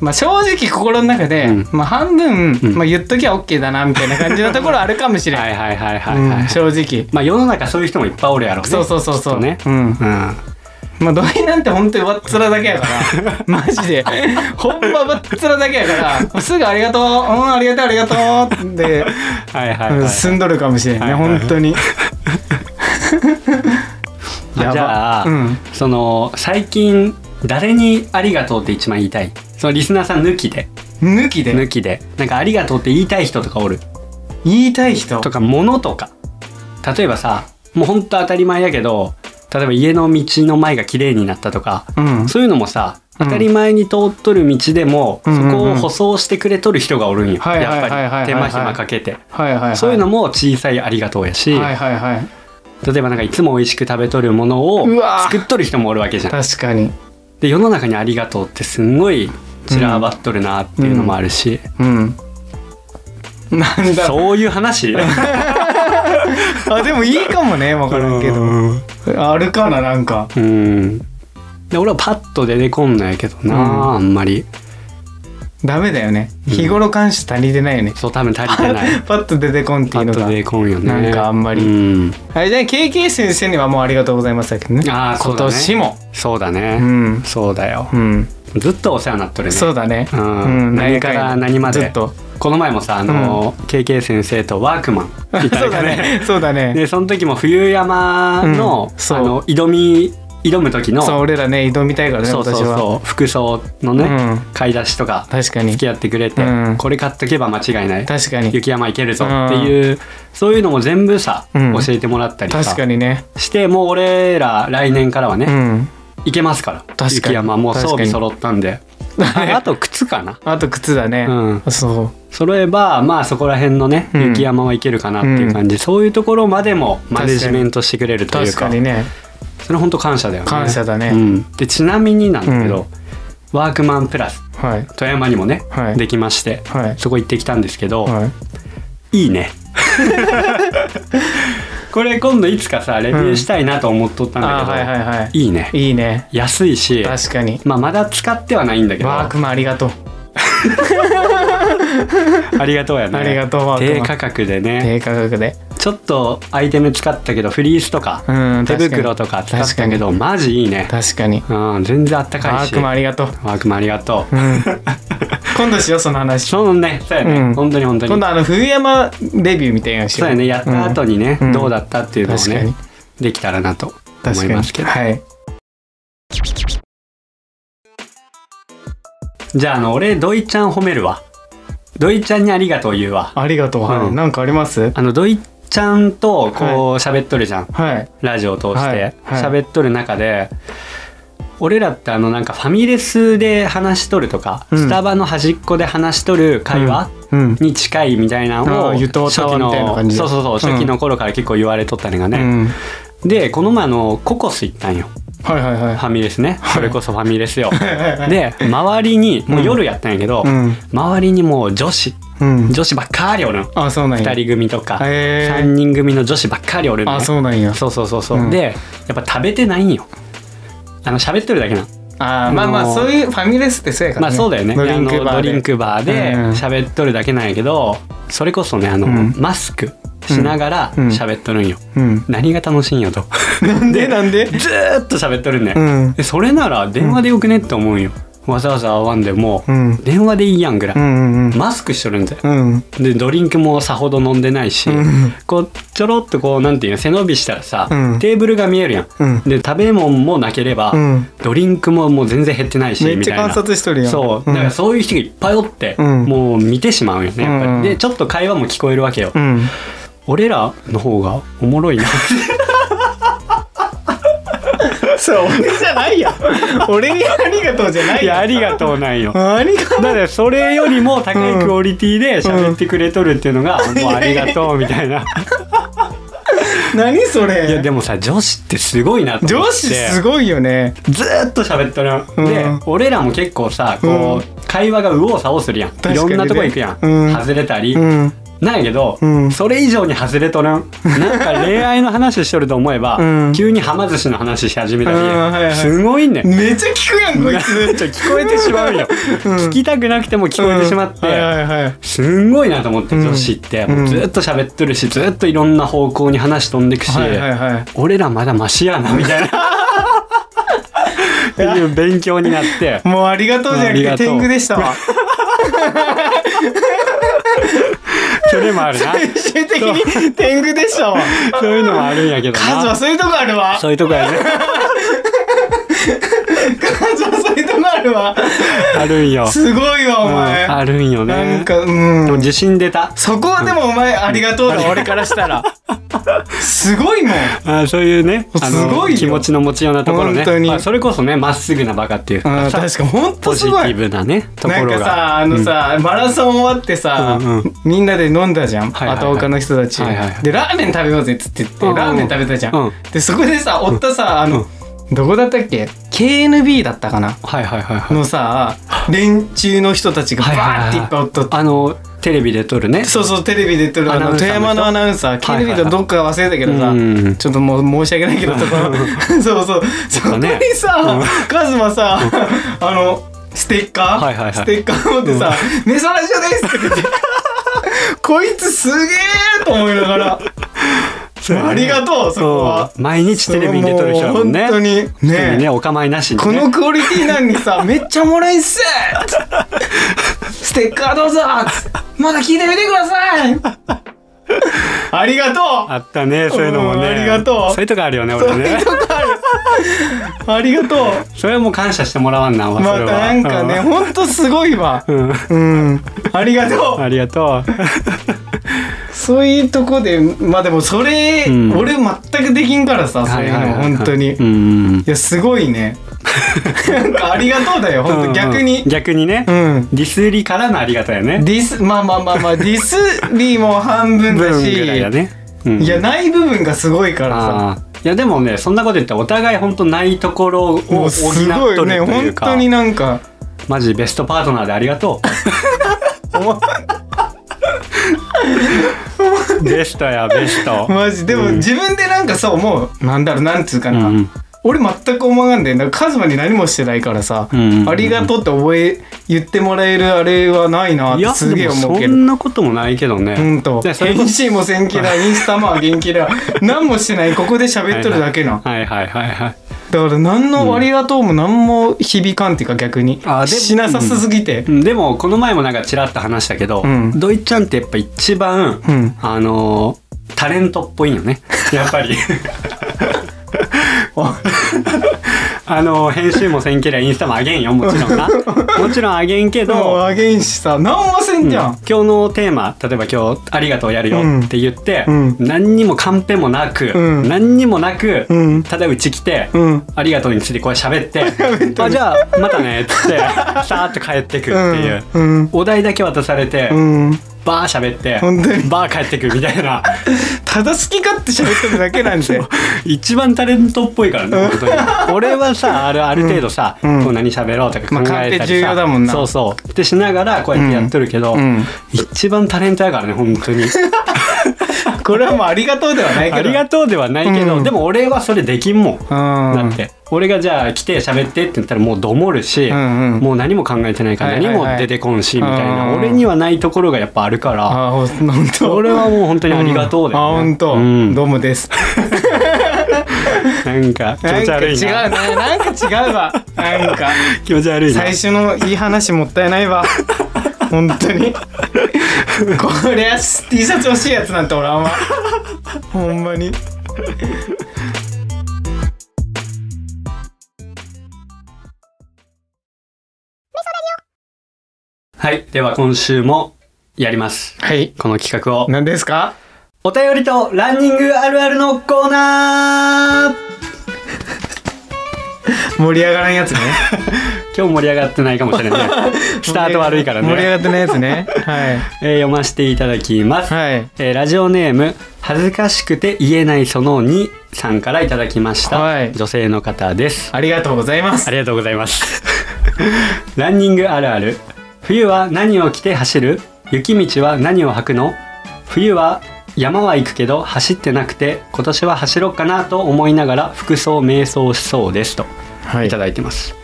Speaker 1: まあ正直心の中で、
Speaker 2: うん
Speaker 1: まあ半分、
Speaker 2: うん
Speaker 1: まあ言っときゃ OK だなみたいな感じのところあるかもしれ
Speaker 2: は
Speaker 1: ない。
Speaker 2: いはいはいはいはい、
Speaker 1: うん、正直。
Speaker 2: まあ世の中そういう人もいっぱいおるやろね
Speaker 1: そうそうそうそ
Speaker 2: き
Speaker 1: う。
Speaker 2: っとね
Speaker 1: うん。
Speaker 2: うん
Speaker 1: まあ、土井なんて本当にわっつらだけや から、マジで。ほんまわっつらだけやから、もうすぐありがとう、うん、ありがとう、ありがとうで、
Speaker 2: はいはいはい、
Speaker 1: うん
Speaker 2: じ
Speaker 1: 済んどるかもしれんね、
Speaker 2: はいはいはい
Speaker 1: 本当に。やば
Speaker 2: ゃあ、
Speaker 1: うん
Speaker 2: その最近誰にありがとうって一番言いたいそのリスナーさん抜きで
Speaker 1: 抜きで
Speaker 2: 抜きでなんかありがとうって言いたい人とかおる
Speaker 1: 言いたい人
Speaker 2: と。か物とか例えばさもうほんと当たり前やけど例えば家の道の前が綺麗になったとか、
Speaker 1: うん。
Speaker 2: そういうのもさ
Speaker 1: うん
Speaker 2: 当たり前に通っとる道でも、
Speaker 1: うんうんうん
Speaker 2: そこを舗装してくれとる人がおるんよ、
Speaker 1: はいはい
Speaker 2: や
Speaker 1: はい
Speaker 2: っ
Speaker 1: はい
Speaker 2: ぱり手間暇かけて、
Speaker 1: はいはいはい。
Speaker 2: そういうのも小さいありがとうやし、
Speaker 1: はいはいはい。
Speaker 2: 例えばなんかいつも美味しく食べとるものを
Speaker 1: うわ
Speaker 2: 作っとる人もおるわけじゃん
Speaker 1: 確かに。
Speaker 2: で世の中にありがとうってすんごい散らばっとるなっていうのもあるし、
Speaker 1: うん。なんだ
Speaker 2: そういう話
Speaker 1: あ、でもいいかもね、わからんけど。あるかな、なんか。
Speaker 2: うん。で俺はパッと出てこんのやけどな、
Speaker 1: うん
Speaker 2: あんまり。
Speaker 1: ダメだよね。
Speaker 2: うん
Speaker 1: 日頃感謝足りてないよね。
Speaker 2: そう多分足り てない。
Speaker 1: パッと出てこんって
Speaker 2: パ
Speaker 1: いう
Speaker 2: ッ
Speaker 1: の
Speaker 2: と
Speaker 1: が
Speaker 2: 出。てこんよね。
Speaker 1: なんかあんまり
Speaker 2: うん、
Speaker 1: はい、じゃあ KK 先生にはもうありがとうございますだけどね。
Speaker 2: ああそう
Speaker 1: 今
Speaker 2: だね。
Speaker 1: 年も。
Speaker 2: そうだね。
Speaker 1: うん。
Speaker 2: そうだよ
Speaker 1: う。ん。
Speaker 2: ずっとお世話になっとるね。
Speaker 1: そうだね。
Speaker 2: うん
Speaker 1: 何
Speaker 2: 何か
Speaker 1: 回
Speaker 2: ら
Speaker 1: も
Speaker 2: 何まで
Speaker 1: ずっと。
Speaker 2: この前もさあの、KK 先生とワークマン行った
Speaker 1: そう
Speaker 2: か
Speaker 1: だ
Speaker 2: らね。
Speaker 1: ね。 そうだね。
Speaker 2: でその時も冬山の、
Speaker 1: うんそう
Speaker 2: あの挑み挑む時の
Speaker 1: そう、俺らね、挑みたいからね、
Speaker 2: そうそう
Speaker 1: 私
Speaker 2: そう
Speaker 1: は。
Speaker 2: 服装のね、
Speaker 1: うん
Speaker 2: 買い出しとか
Speaker 1: 確かに
Speaker 2: 付。き合ってくれて、
Speaker 1: うん
Speaker 2: これ買っとけば間違いない。
Speaker 1: 確かに。
Speaker 2: 雪山行けるぞっていう、そういうのも全部さ、
Speaker 1: うん
Speaker 2: 教えてもらったりさ
Speaker 1: 確かにね。
Speaker 2: してもう俺ら来年からはね、
Speaker 1: うん。
Speaker 2: 行けますから
Speaker 1: かに
Speaker 2: 雪山もう装
Speaker 1: 確か
Speaker 2: 備
Speaker 1: に
Speaker 2: 揃った んでああと靴かな
Speaker 1: あと靴だね。
Speaker 2: うん
Speaker 1: そう。
Speaker 2: 揃えばまあそこら辺のね、
Speaker 1: うん
Speaker 2: 雪山は行けるかなっていう感じ、そういうところまでもマネジメントしてくれるという
Speaker 1: 確
Speaker 2: か
Speaker 1: かにね。
Speaker 2: それ本当感謝だよね
Speaker 1: 感謝だね
Speaker 2: うん、でちなみになんだけど、ワークマンプラス
Speaker 1: はい。
Speaker 2: 富山にもね、
Speaker 1: はい
Speaker 2: できまして、
Speaker 1: はい
Speaker 2: そこ行ってきたんですけど、
Speaker 1: はい。
Speaker 2: い いね。これ今度いつかさレビューしたいなと思っとったんだ
Speaker 1: あ
Speaker 2: け
Speaker 1: ー
Speaker 2: ど、
Speaker 1: はいはい
Speaker 2: い
Speaker 1: はい。
Speaker 2: いね
Speaker 1: いいね。
Speaker 2: 安いし、
Speaker 1: 確かに。
Speaker 2: まあ、まだ使ってはないんだけど
Speaker 1: ワークマンありがとう。
Speaker 2: ありがとうやね
Speaker 1: ありがとうワークマン
Speaker 2: 低価格でね
Speaker 1: 低価格で。
Speaker 2: ちょっとアイテム使ったけどフリースとか、
Speaker 1: うん。
Speaker 2: 手袋と
Speaker 1: 確
Speaker 2: か
Speaker 1: に
Speaker 2: 使ったけ。どマジいいね、
Speaker 1: 確かに。
Speaker 2: うん、全然あったか
Speaker 1: ワ
Speaker 2: い
Speaker 1: ー
Speaker 2: し
Speaker 1: クマンあり がとう。
Speaker 2: ワークマンありがとう、
Speaker 1: うん。今度しよう、その話。
Speaker 2: そうねそうやね、
Speaker 1: うん
Speaker 2: 本当に本当に
Speaker 1: 今度あの冬山レビューみたいなのし
Speaker 2: そ
Speaker 1: よ
Speaker 2: う
Speaker 1: う
Speaker 2: やねやった後にね、
Speaker 1: うん
Speaker 2: どうだったっていうのを
Speaker 1: 確か
Speaker 2: ね
Speaker 1: に
Speaker 2: できたらなと
Speaker 1: 確
Speaker 2: 思
Speaker 1: か
Speaker 2: い
Speaker 1: に
Speaker 2: ますけど
Speaker 1: はい
Speaker 2: じゃああの俺ドイちゃん褒めるわドイちゃんにありがとう言うわ
Speaker 1: ありがとう、はい
Speaker 2: うん
Speaker 1: なんかあります
Speaker 2: あのドイちゃんとこう喋っとるじゃん、
Speaker 1: はい
Speaker 2: ラジオを通して
Speaker 1: は
Speaker 2: 喋
Speaker 1: い、はい
Speaker 2: っとる中で俺らってあのなんかファミレスで話しとるとか、
Speaker 1: うん
Speaker 2: スタバの端っこで話しとる会話、
Speaker 1: うん
Speaker 2: に近いみたいなの
Speaker 1: あ
Speaker 2: を
Speaker 1: ー言っとったわみたいな感じで
Speaker 2: そうそうそう
Speaker 1: うん
Speaker 2: 初期の頃から結構言われとったのが
Speaker 1: う
Speaker 2: ね、
Speaker 1: ん
Speaker 2: でこの前あのココス行ったんよ
Speaker 1: はいはいはい
Speaker 2: ファミレスねそれこそファミレスよ
Speaker 1: はいはい
Speaker 2: で周りにもう夜やったんやけど、
Speaker 1: うん
Speaker 2: 周りにもう女子
Speaker 1: うん
Speaker 2: 女子ばっかりおるん
Speaker 1: あそうなんや
Speaker 2: 2人組とか
Speaker 1: へー
Speaker 2: 3人組の女子ばっかりおるんね
Speaker 1: あそうなんや
Speaker 2: そうそうそうそう、
Speaker 1: うん
Speaker 2: でやっぱ食べてないんよあの喋ってるだけなの
Speaker 1: あーまあま
Speaker 2: あの
Speaker 1: あ
Speaker 2: ー
Speaker 1: そういうファミレスってそうやか
Speaker 2: ま
Speaker 1: ら、
Speaker 2: あ
Speaker 1: ね、
Speaker 2: そうだよね
Speaker 1: ドリンク
Speaker 2: あ
Speaker 1: バ
Speaker 2: のド
Speaker 1: ー
Speaker 2: リン
Speaker 1: で
Speaker 2: クバーで
Speaker 1: うん
Speaker 2: 喋っとるだけなんやけどそれこそねあの、
Speaker 1: うん
Speaker 2: マスクしながら
Speaker 1: うん
Speaker 2: 喋っとるんよ、
Speaker 1: うん
Speaker 2: 何が楽しいんよと
Speaker 1: なんでなんで
Speaker 2: ずーっと喋っとるんだ
Speaker 1: う
Speaker 2: よ、
Speaker 1: ん
Speaker 2: でそれなら電話でよくねって思うんよ、わざわざ会わんでも、
Speaker 1: うん
Speaker 2: 電話でいいやんぐらい、
Speaker 1: うんうん
Speaker 2: マスクしとるんだよ、
Speaker 1: うん
Speaker 2: でドリンクもさほど飲んでないし、
Speaker 1: ん
Speaker 2: こうちょろっとこうなんていうの背伸びしたらさ、
Speaker 1: うん
Speaker 2: テーブルが見えるやん、
Speaker 1: うん
Speaker 2: で食べ物もなければ、
Speaker 1: うん
Speaker 2: ドリンクももう全然減ってないし
Speaker 1: めっ
Speaker 2: み
Speaker 1: ち
Speaker 2: たい
Speaker 1: ゃ
Speaker 2: な
Speaker 1: 観察しとるやん
Speaker 2: そうだからそういう人がいっぱいおって、
Speaker 1: うん
Speaker 2: もう見てしまうよねやっぱり、
Speaker 1: うん
Speaker 2: でちょっと会話も聞こえるわけよ、
Speaker 1: うん、うん
Speaker 2: 俺らの方がおもろいな
Speaker 1: そう俺じゃないよ俺にありがとうじゃ ない
Speaker 2: い
Speaker 1: よ
Speaker 2: やありがとうなんよ
Speaker 1: ありがとう
Speaker 2: だからそれよりも高いクオリティで喋ってくれとるっていうのが、もうありがとうみた いな
Speaker 1: 何それ
Speaker 2: いやでもさ女子ってすごいなと思
Speaker 1: 上
Speaker 2: って
Speaker 1: 司すごいよね
Speaker 2: ずーっと喋っとる、で
Speaker 1: うん
Speaker 2: 俺らも結構さこう、会話が右往左往するやん、
Speaker 1: か
Speaker 2: い
Speaker 1: にね
Speaker 2: ろんなとこ行くやん、
Speaker 1: うん
Speaker 2: 外れたり、
Speaker 1: うん
Speaker 2: なんやけど、
Speaker 1: うん
Speaker 2: それ以上に外れとるんなんか恋愛の話しとると思えば、
Speaker 1: うん
Speaker 2: 急にはま寿司の話し始めたり、
Speaker 1: うんはいはい
Speaker 2: すごいね
Speaker 1: めっちゃ聞くやんこい
Speaker 2: めっちゃ
Speaker 1: つ
Speaker 2: 聞こえてしまうよ、 聞きたくなくても聞こえてしまっ
Speaker 1: う
Speaker 2: て、
Speaker 1: んはいはいはい
Speaker 2: すんごいなと思って
Speaker 1: うん
Speaker 2: 女子って、
Speaker 1: うん
Speaker 2: もうずっと喋っとるしずっといろんな方向に話飛んでくし、
Speaker 1: はいはいはい
Speaker 2: 俺らまだマシやなみた いなっていう勉強になって
Speaker 1: もうありがとうじゃなく
Speaker 2: あり
Speaker 1: て
Speaker 2: がとう
Speaker 1: 天狗でしたわ
Speaker 2: それもある な
Speaker 1: 最終的に天狗でしたわ
Speaker 2: そういうのもあるんやけど
Speaker 1: カズは
Speaker 2: な
Speaker 1: そういうとこあるわ
Speaker 2: そういうとこやね
Speaker 1: カズはそういうとこあるわ
Speaker 2: あるんよ、
Speaker 1: すごいわお
Speaker 2: うん
Speaker 1: 前
Speaker 2: あるんよね
Speaker 1: なんかう
Speaker 2: でも
Speaker 1: ん
Speaker 2: 自信出た
Speaker 1: そこはでもお前ありがとうだ俺からしたらすごいもん
Speaker 2: あーそういうねあの
Speaker 1: すごいよ
Speaker 2: 気持ちの持ちようなところね
Speaker 1: 本当に
Speaker 2: まあ、それこそねまっすぐなバカっていう
Speaker 1: うん
Speaker 2: かさ
Speaker 1: 確かほん
Speaker 2: ポ
Speaker 1: と
Speaker 2: ジ
Speaker 1: す
Speaker 2: テ
Speaker 1: ごい
Speaker 2: ィブなねとこ
Speaker 1: なん
Speaker 2: ろ
Speaker 1: か
Speaker 2: が
Speaker 1: さあのさ、マラソン終わってさ、
Speaker 2: うんうん
Speaker 1: みんなで飲んだじゃん、
Speaker 2: はいはいはい
Speaker 1: あと他の人たち、
Speaker 2: はいはいはい
Speaker 1: でラーメン食べようぜっつって言って、
Speaker 2: うんうん
Speaker 1: ラーメン食べたじゃん、
Speaker 2: うん
Speaker 1: でそこでさおったさあの、どこだったっけ KNB だったかな
Speaker 2: はいはいはいはい
Speaker 1: のさ連中の人たちがバーっていっぱいおっとって、
Speaker 2: あのテレビで撮るね
Speaker 1: そうそうテレビで撮るあ
Speaker 2: アナウ
Speaker 1: の
Speaker 2: ンサ
Speaker 1: 富
Speaker 2: ーの人
Speaker 1: 山のアナウンサー
Speaker 2: はいはいはい
Speaker 1: KNB とどっか忘れたけどさ、
Speaker 2: うん
Speaker 1: ちょっともう申し訳ないけどとか そうそうそこにさ、カズマさあのステッカー、
Speaker 2: はいはいはい
Speaker 1: ステッカー持ってさ「メソラジオです」って言ってこいつすげえと思いながらありがとうそこは
Speaker 2: うん毎日テレビに出とる人だもんね
Speaker 1: もう本当にね
Speaker 2: 特にねお構いなしにね
Speaker 1: このクオリティなのにさめっちゃおもろいっすステッカーどうぞまだ聞いてみてください ありがとう
Speaker 2: あったねそういうのもね
Speaker 1: うんありがとう
Speaker 2: そういうとこあるよね
Speaker 1: そ
Speaker 2: 俺
Speaker 1: ういう
Speaker 2: ね
Speaker 1: とこ あるありがとう
Speaker 2: それはもう感謝してもらわんなそれ
Speaker 1: また
Speaker 2: は
Speaker 1: なんかね、ほんとすごいわ。
Speaker 2: うんうん
Speaker 1: うん。ありがと
Speaker 2: ありがと
Speaker 1: う。そういうとこで、まあでもそれ、
Speaker 2: うん
Speaker 1: 俺全くできんからさ、
Speaker 2: う
Speaker 1: そういうの
Speaker 2: ははは
Speaker 1: 本当に。
Speaker 2: う
Speaker 1: い
Speaker 2: ん
Speaker 1: や、すごい ね。なんかありがとうだよ、本当逆
Speaker 2: うんうん
Speaker 1: に。
Speaker 2: 逆にね
Speaker 1: うん。
Speaker 2: ディスりからのありがたいよね
Speaker 1: ディス、まあまあまあまあ、ディスリーも半分だ
Speaker 2: 分
Speaker 1: し、
Speaker 2: ぐらいだねうん
Speaker 1: いや、ない部分がすごいからさ。
Speaker 2: あーいやでもねそんなこと言ったらお互い本当ないところを補
Speaker 1: も
Speaker 2: っ
Speaker 1: うすご
Speaker 2: と
Speaker 1: い
Speaker 2: る
Speaker 1: ね、
Speaker 2: とい
Speaker 1: 本
Speaker 2: うか
Speaker 1: 当になんか。
Speaker 2: マジベストパートナーでありがと うベストやベスト
Speaker 1: マジでも、
Speaker 2: うん
Speaker 1: 自分でなんかさ思うなんだろうなんつうかな、
Speaker 2: うんうん
Speaker 1: 俺全く思わんでなんかカズマに何もしてないからさ、
Speaker 2: うんうんうん
Speaker 1: ありがとうって覚え言ってもらえるあれはないなっ
Speaker 2: い
Speaker 1: て
Speaker 2: や
Speaker 1: すげえ
Speaker 2: でも
Speaker 1: 思うけ
Speaker 2: そ
Speaker 1: ど。
Speaker 2: んなこともないけどね、
Speaker 1: うんと
Speaker 2: でそれこ
Speaker 1: MC も千キ ラインスタも元気だ何もしてないここで喋っとるだけな
Speaker 2: はいはいはいはい
Speaker 1: だから何のありがとうも何も響かんっていうか逆に
Speaker 2: あで
Speaker 1: しなさすぎて
Speaker 2: うんでもこの前もなんかちらっと話したけど、
Speaker 1: うん
Speaker 2: ドイちゃんってやっぱ一番、
Speaker 1: うん
Speaker 2: あのータレントっぽ いよねやっぱり あのー編集もせんけりゃインスタもあげんよもち ろんなもちろんあげんけ
Speaker 1: でも
Speaker 2: ど、
Speaker 1: あげんしさ何もせんじゃ
Speaker 2: 今
Speaker 1: ん、
Speaker 2: 日のテーマ例えば今日「ありがとう」やるよって言って、
Speaker 1: うん
Speaker 2: 何にもカンペもなく、
Speaker 1: うん
Speaker 2: 何にもなく、
Speaker 1: うん
Speaker 2: ただうち来て、
Speaker 1: うん
Speaker 2: ありがとうについてこう 喋って
Speaker 1: 喋って
Speaker 2: あじゃあまたねっつって さーっと帰ってくっていう、
Speaker 1: うん
Speaker 2: お題だけ渡されて、
Speaker 1: うん、
Speaker 2: バー喋って
Speaker 1: 本当に
Speaker 2: バー帰ってくみたいな
Speaker 1: ただ好き勝手喋ってるだけなんで
Speaker 2: 一番タレントっぽいからね本当に俺はさあるある程度さ、
Speaker 1: うん
Speaker 2: こう何喋ろうとか考
Speaker 1: まあ
Speaker 2: えた
Speaker 1: カンペ
Speaker 2: り
Speaker 1: 重
Speaker 2: さ、
Speaker 1: 要だもんな
Speaker 2: そうそうってしながらこうやってやってるけど、
Speaker 1: うんうん
Speaker 2: 一番タレントやからね本当に
Speaker 1: これはもうありがとうではないけど
Speaker 2: ありがとうではないけど、
Speaker 1: うん
Speaker 2: でも俺はそれできんもん、
Speaker 1: うん
Speaker 2: だって俺がじゃあ来て喋ってって言ったらもうどもるし、
Speaker 1: うんうん
Speaker 2: もう何も考えてないから
Speaker 1: はいはい
Speaker 2: 何
Speaker 1: はい
Speaker 2: も出てこんしみたいな、
Speaker 1: うん
Speaker 2: 俺にはないところがやっぱあるから、
Speaker 1: あほん本当
Speaker 2: 俺はもう本当にありがとうだ
Speaker 1: あ
Speaker 2: よ、ね
Speaker 1: 本当、
Speaker 2: うん
Speaker 1: どうもです
Speaker 2: なんか気持ち悪いな
Speaker 1: なんか違うねなんか違うわなんか、
Speaker 2: 気持ち悪いな
Speaker 1: 最。初のいい話もったいないわ。本当に。これは T シャツ欲しいやつなんておらんわ。ほんまに。
Speaker 2: はい。では今週もやります。
Speaker 1: はい。
Speaker 2: この企画を。
Speaker 1: 何ですか
Speaker 2: お便りとランニングあるあるのコーナー
Speaker 1: 盛り上がらんやつね。
Speaker 2: 今日盛り上がってないかもし れない。スタート悪いから
Speaker 1: 盛り上
Speaker 2: ね。
Speaker 1: がってないやつね。はい。
Speaker 2: えー読ませていただきます。
Speaker 1: はい。
Speaker 2: えーラジオネーム、恥ずかしくて言えないその2さんからいただきました。
Speaker 1: はい
Speaker 2: 女性の方です。
Speaker 1: ありがとうございま
Speaker 2: あ
Speaker 1: す。
Speaker 2: りがとうございます。 ランニングあるある。冬は何を着て走る雪道は何を履くの冬は山は行くけど走ってなくて今年は走ろうかなと思いながら服装迷走しそうですと
Speaker 1: はい
Speaker 2: ただいてます。